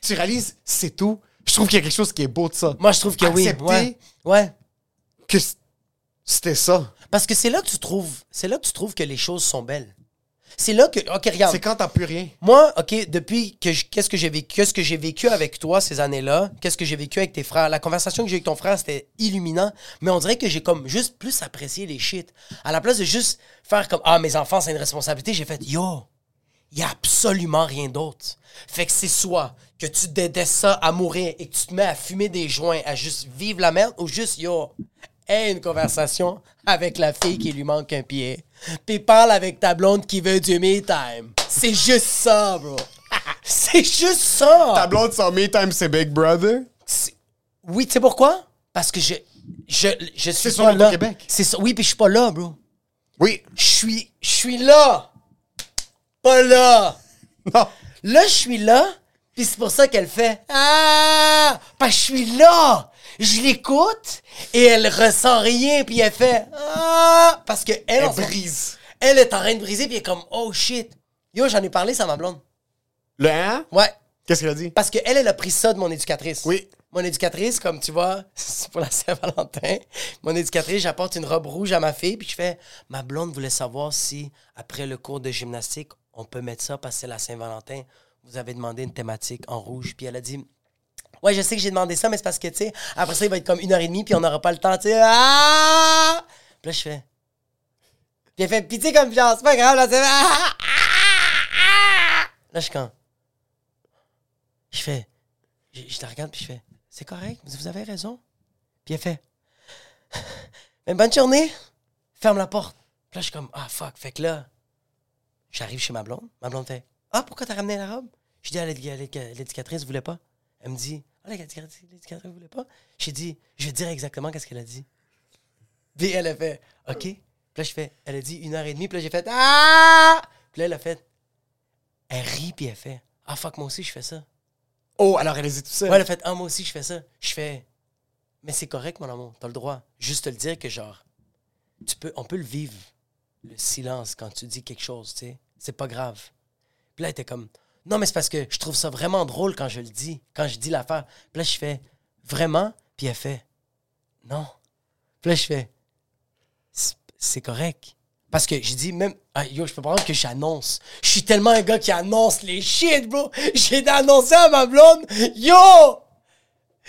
Tu réalises, c'est tout. Je trouve qu'il y a quelque chose qui est beau de ça.
Moi, je trouve que
Accepter.
oui. Ouais. ouais.
Que c- c'était ça.
Parce que c'est là que tu trouves, c'est là que tu trouves que les choses sont belles. C'est là que. OK, regarde.
C'est quand t'as plus rien.
Moi, OK, depuis que je- qu'est-ce que j'ai vécu, qu'est-ce que j'ai vécu avec toi ces années-là, qu'est-ce que j'ai vécu avec tes frères, la conversation que j'ai eu avec ton frère, c'était illuminant, mais on dirait que j'ai comme juste plus apprécié les shit. À la place de juste faire comme ah mes enfants c'est une responsabilité, j'ai fait yo, il y a absolument rien d'autre. Fait que c'est soit que tu détestes ça à mourir et que tu te mets à fumer des joints, à juste vivre la merde ou juste yo, aie une conversation avec la fille qui lui manque un pied. Puis parle avec ta blonde qui veut du me time. C'est juste ça, bro. C'est juste ça.
blonde sans me time, c'est Big Brother.
C'est- Oui, tu sais pourquoi? Parce que je je je suis
son
pas
nom au
là.
Québec.
C'est ça. Oui, puis je suis pas là, bro.
Oui.
Je suis je suis là. Pas là.
Non.
Là, je suis là, puis c'est pour ça qu'elle fait Ah! Parce que je suis là! Je l'écoute et elle ressent rien, puis elle fait Ah! Parce que elle, en-
brise.
elle est en train de briser, puis elle est comme Oh shit! Yo, j'en ai parlé, ça ma blonde.
Le hein?
Ouais.
Qu'est-ce qu'il a dit?
Parce qu'elle, elle a pris ça de mon éducatrice.
Oui.
Mon éducatrice, comme tu vois, c'est pour la Saint-Valentin, mon éducatrice, j'apporte une robe rouge à ma fille, puis je fais Ma blonde voulait savoir si, après le cours de gymnastique, on peut mettre ça parce que c'est la Saint-Valentin. Vous avez demandé une thématique en rouge, puis elle a dit Ouais, je sais que j'ai demandé ça, mais c'est parce que, tu sais, après ça, il va être comme une heure et demie, puis on n'aura pas le temps, tu sais. Ah! Puis là, je fais. Puis elle fait, puis tu sais, comme genre, c'est pas grave, là, c'est. Ah! Ah! Ah! Là, je suis comme. Je fais. Je, je la regarde, puis je fais, c'est correct, vous avez raison. Puis elle fait, mais bonne journée, ferme la porte. Puis là, je suis comme, ah fuck, fait que là, j'arrive chez ma blonde. Ma blonde fait, ah, pourquoi t'as ramené la robe? Je dis à l'édu- à l'édu- à l'éducatrice, voulait pas. Elle me dit, ah, l'éducatrice, l'éducatrice voulait pas. J'ai dit, je vais te dire exactement qu'est-ce qu'elle a dit. Puis elle a fait, OK. Puis là, je fais, elle a dit une heure et demie. Puis là, j'ai fait, ah! Puis là, elle a fait, elle rit, puis elle fait, ah, fuck, moi aussi, je fais ça.
Oh, alors elle hésite tout seul.
Ouais, le fait, ah, moi aussi, je fais ça. Je fais, mais c'est correct, mon amour, t'as le droit. Juste te le dire que, genre, tu peux, on peut le vivre, le silence, quand tu dis quelque chose, tu sais. C'est pas grave. Puis là, elle était comme, non, mais c'est parce que je trouve ça vraiment drôle quand je le dis, quand je dis l'affaire. Puis là, je fais, vraiment? Puis elle fait, non. Puis là, je fais, c'est- c'est correct. Parce que j'ai dit même, ah, yo, je peux pas croire que j'annonce. Je suis tellement un gars qui annonce les shit, bro. J'ai annoncé à ma blonde, yo,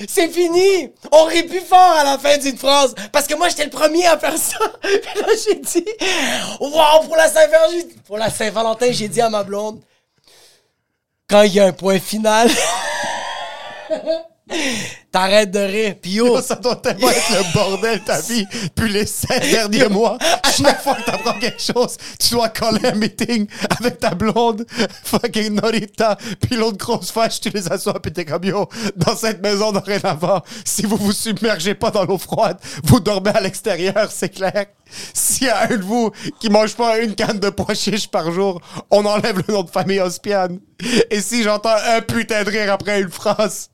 c'est fini! On rit plus fort à la fin d'une phrase! Parce que moi, j'étais le premier à faire ça! Puis là, j'ai dit, wow, pour la Saint-Valentin, pour la Saint-Valentin, j'ai dit à ma blonde, quand il y a un point final, t'arrêtes de rire. Puis yo,
Oh, ça doit tellement être le bordel ta vie depuis les sept derniers mois. À chaque fois que t'apprends quelque chose, tu dois coller un meeting avec ta blonde, fucking Norita, puis l'autre grosse fâche, tu les assois puis t'es comme yo, dans cette maison dorénavant, si vous vous submergez pas dans l'eau froide, vous dormez à l'extérieur, c'est clair. S'il y a un de vous qui mange pas une canne de pois chiches par jour, on enlève le nom de famille Ospian. Et si j'entends un putain de rire après une phrase,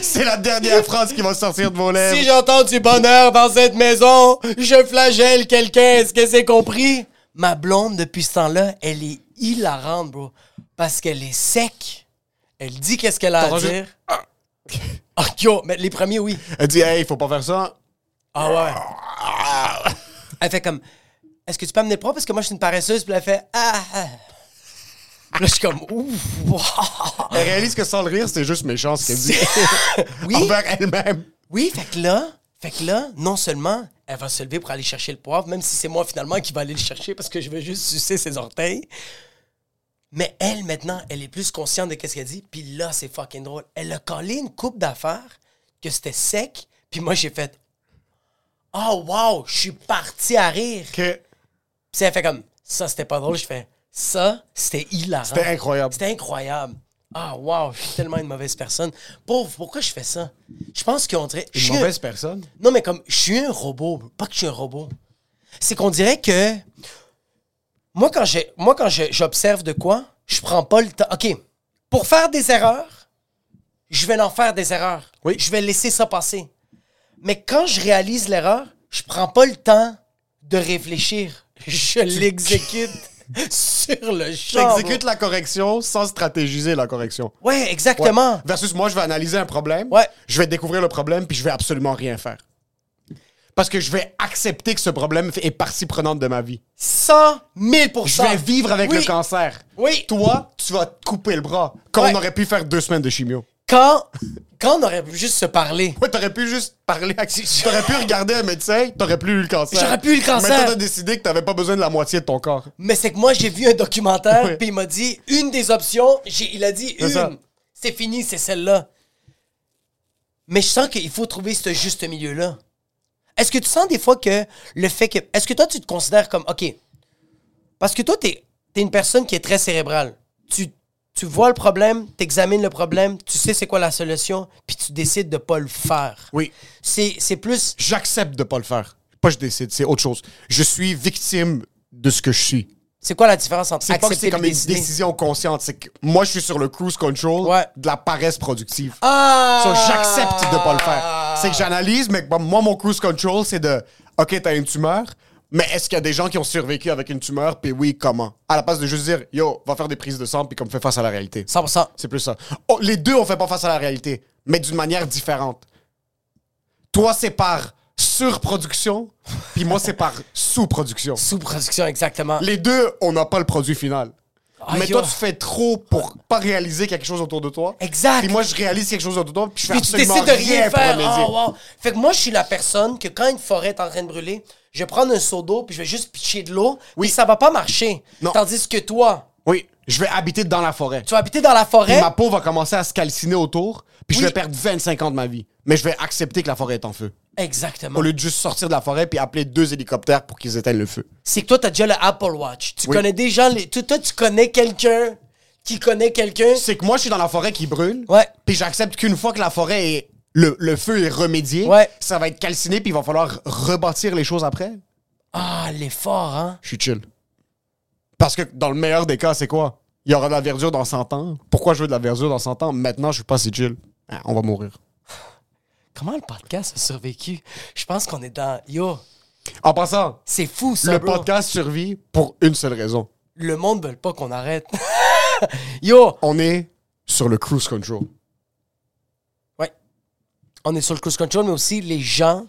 c'est la dernière phrase qui va sortir de vos lèvres.
Si j'entends du bonheur dans cette maison, je flagelle quelqu'un, est-ce que c'est compris? Ma blonde, depuis ce temps-là, elle est hilarante, bro. Parce qu'elle est sec. Elle dit qu'est-ce qu'elle a à
T'entends
dire. Ah, yo, mais les premiers, oui.
Elle dit, hey, faut pas faire ça.
Ah ouais. Elle fait comme, est-ce que tu peux amener le propre? Parce que moi, je suis une paresseuse. Puis elle fait, ah. ah. Puis Là, je suis comme, ouf, wow.
Elle réalise que sans le rire, c'est juste méchant ce qu'elle dit
Oui.
envers elle-même.
Oui, fait que là, fait que là, non seulement elle va se lever pour aller chercher le poivre, même si c'est moi finalement qui va aller le chercher parce que je veux juste sucer ses orteils. Mais elle, maintenant, elle est plus consciente de qu'est-ce qu'elle dit. Puis là, c'est fucking drôle. Elle a collé une coupe d'affaires que c'était sec. Puis moi, j'ai fait « Oh, wow! Je suis parti à rire! »
Que
Puis elle fait comme « Ça, c'était pas drôle. » Je fais « Ça, c'était hilarant. »
c'était
Ah.
incroyable.
C'était incroyable. Ah, wow, je suis tellement une mauvaise personne. Pauvre, pourquoi je fais ça? Je pense qu'on dirait. je suis un-
personne.
Non, mais comme, je suis un robot. Pas que je suis un robot. C'est qu'on dirait que. Moi, quand j'ai- moi, quand je- j'observe de quoi, je prends pas le temps. OK. Pour faire des erreurs, je vais en faire des erreurs.
Oui.
Je vais laisser ça passer. Mais quand je réalise l'erreur, je prends pas le temps de réfléchir. Je l'exécute sur le champ.
J'exécute la correction sans stratégiser la correction.
Ouais,
Ouais.
exactement.
Versus moi, je vais analyser un problème,
Ouais.
je vais découvrir le problème, puis je vais absolument rien faire. Parce que je vais accepter que ce problème est partie prenante de ma vie.
100 000
Je vais vivre avec
Oui.
le cancer.
Oui.
Toi, tu vas te couper le bras. Quand
Ouais.
on aurait pu faire deux semaines de chimio.
Quand, quand on aurait pu juste se parler.
Ouais, t'aurais pu juste parler à... T'aurais pu regarder un médecin, t'aurais plus eu le cancer.
J'aurais plus eu le cancer.
Maintenant, t'as décidé que t'avais pas besoin de la moitié de ton corps.
Mais c'est que moi, j'ai vu un documentaire,
Ouais.
puis il m'a dit une des options. j'ai- Il a dit
C'est ça.
une. C'est fini, c'est celle-là. Mais je sens qu'il faut trouver ce juste milieu-là. Est-ce que tu sens des fois que le fait que. Est-ce que toi, tu te considères comme. OK. Parce que toi, t'es es une personne qui est très cérébrale. Tu, tu vois le problème, t'examines le problème, tu sais c'est quoi la solution, puis tu décides de pas le faire.
Oui.
C'est c'est plus.
J'accepte de pas le faire. Pas je décide, c'est autre chose. Je suis victime de ce que je suis.
C'est quoi la différence entre
C'est pas que
accepter
c'est
et
comme une
décider?
décision consciente. C'est que moi, je suis sur le cruise control
Ouais.
de la paresse productive.
Ah!
So, j'accepte de pas le faire. C'est que j'analyse, mais bon, moi, mon cruise control, c'est de OK, t'as une tumeur, mais est-ce qu'il y a des gens qui ont survécu avec une tumeur? Puis oui, comment? À la place de juste dire Yo, va faire des prises de sang, puis comme fais face à la réalité.
100%.
C'est plus ça. Oh, les deux, on fait pas face à la réalité, mais d'une manière différente. Toi, c'est par surproduction, puis moi, c'est par sous-production.
Sous-production, exactement.
Les deux, on n'a pas le produit final.
Ah,
mais
yo.
toi, tu fais trop pour pas réaliser quelque chose autour de toi.
Exact.
Puis moi, je réalise quelque chose autour de toi, puis je fais
Puis tu
absolument
décides de rien
pour
faire.
l'aider.
Oh, wow. Fait que moi, je suis la personne que quand une forêt est en train de brûler, je vais prendre un seau d'eau, puis je vais juste pitcher de l'eau, oui.
Oui.
puis ça va pas marcher.
Non.
Tandis que toi,
Oui, je vais habiter dans la forêt.
tu vas habiter dans la
Puis
forêt.
ma peau va commencer à se calciner autour, puis
Oui.
je vais perdre 25 ans de ma vie. Mais je vais accepter que la forêt est en feu.
Exactement.
Au lieu de juste sortir de la forêt puis appeler deux hélicoptères pour qu'ils éteignent le feu.
C'est que toi, t'as déjà le Apple Watch. Tu
Oui.
connais déjà... Les... Toi, toi, tu connais quelqu'un qui connaît quelqu'un.
C'est que moi, je suis dans la forêt qui brûle,
Ouais.
puis j'accepte qu'une fois que la forêt est. Le, le feu est remédié,
Ouais.
ça va être calciné, puis il va falloir rebâtir les choses après.
Ah, l'effort, hein?
je suis chill. Parce que dans le meilleur des cas, c'est quoi? Il y aura de la verdure dans 100 ans. Pourquoi je veux de la verdure dans 100 ans? Maintenant, je suis pas si chill. Ah, on va mourir.
Comment le podcast a survécu? Je pense qu'on est dans... Yo,
En passant,
c'est fou, ça,
le
bro.
podcast survit pour une seule raison.
Le monde veut pas qu'on arrête. Yo,
On est sur le cruise control.
on est sur le cruise control, mais aussi les gens,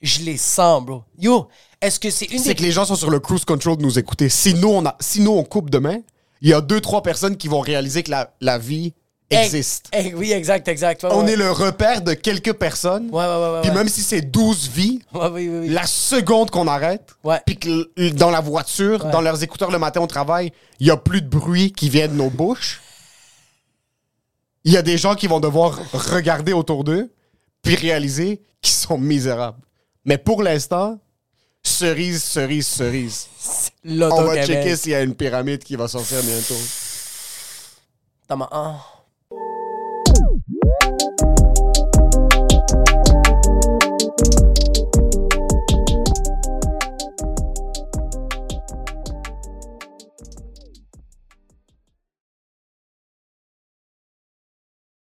je les sens, bro. Yo, est-ce que c'est une
C'est
des...
que les gens sont sur le cruise control de nous écouter. Si nous, on, a, si nous, on coupe demain, il y a deux, trois personnes qui vont réaliser que la, la vie existe.
Eh, eh, oui, exact, exact. Ouais,
On
ouais.
est le repère de quelques personnes.
Ouais, ouais, ouais, ouais,
Puis
ouais.
même si c'est 12 vies,
Ouais, oui, oui, oui.
la seconde qu'on arrête,
Ouais.
puis que l- l- dans la voiture,
Ouais.
dans leurs écouteurs le matin au travail, il y a plus de bruit qui vient de nos bouches. Il y a des gens qui vont devoir regarder autour d'eux puis réaliser qu'ils sont misérables. Mais pour l'instant, cerise, cerise, cerise. On va
L'auto-Québec.
checker s'il y a une pyramide qui va sortir bientôt.
T'as ma- ah.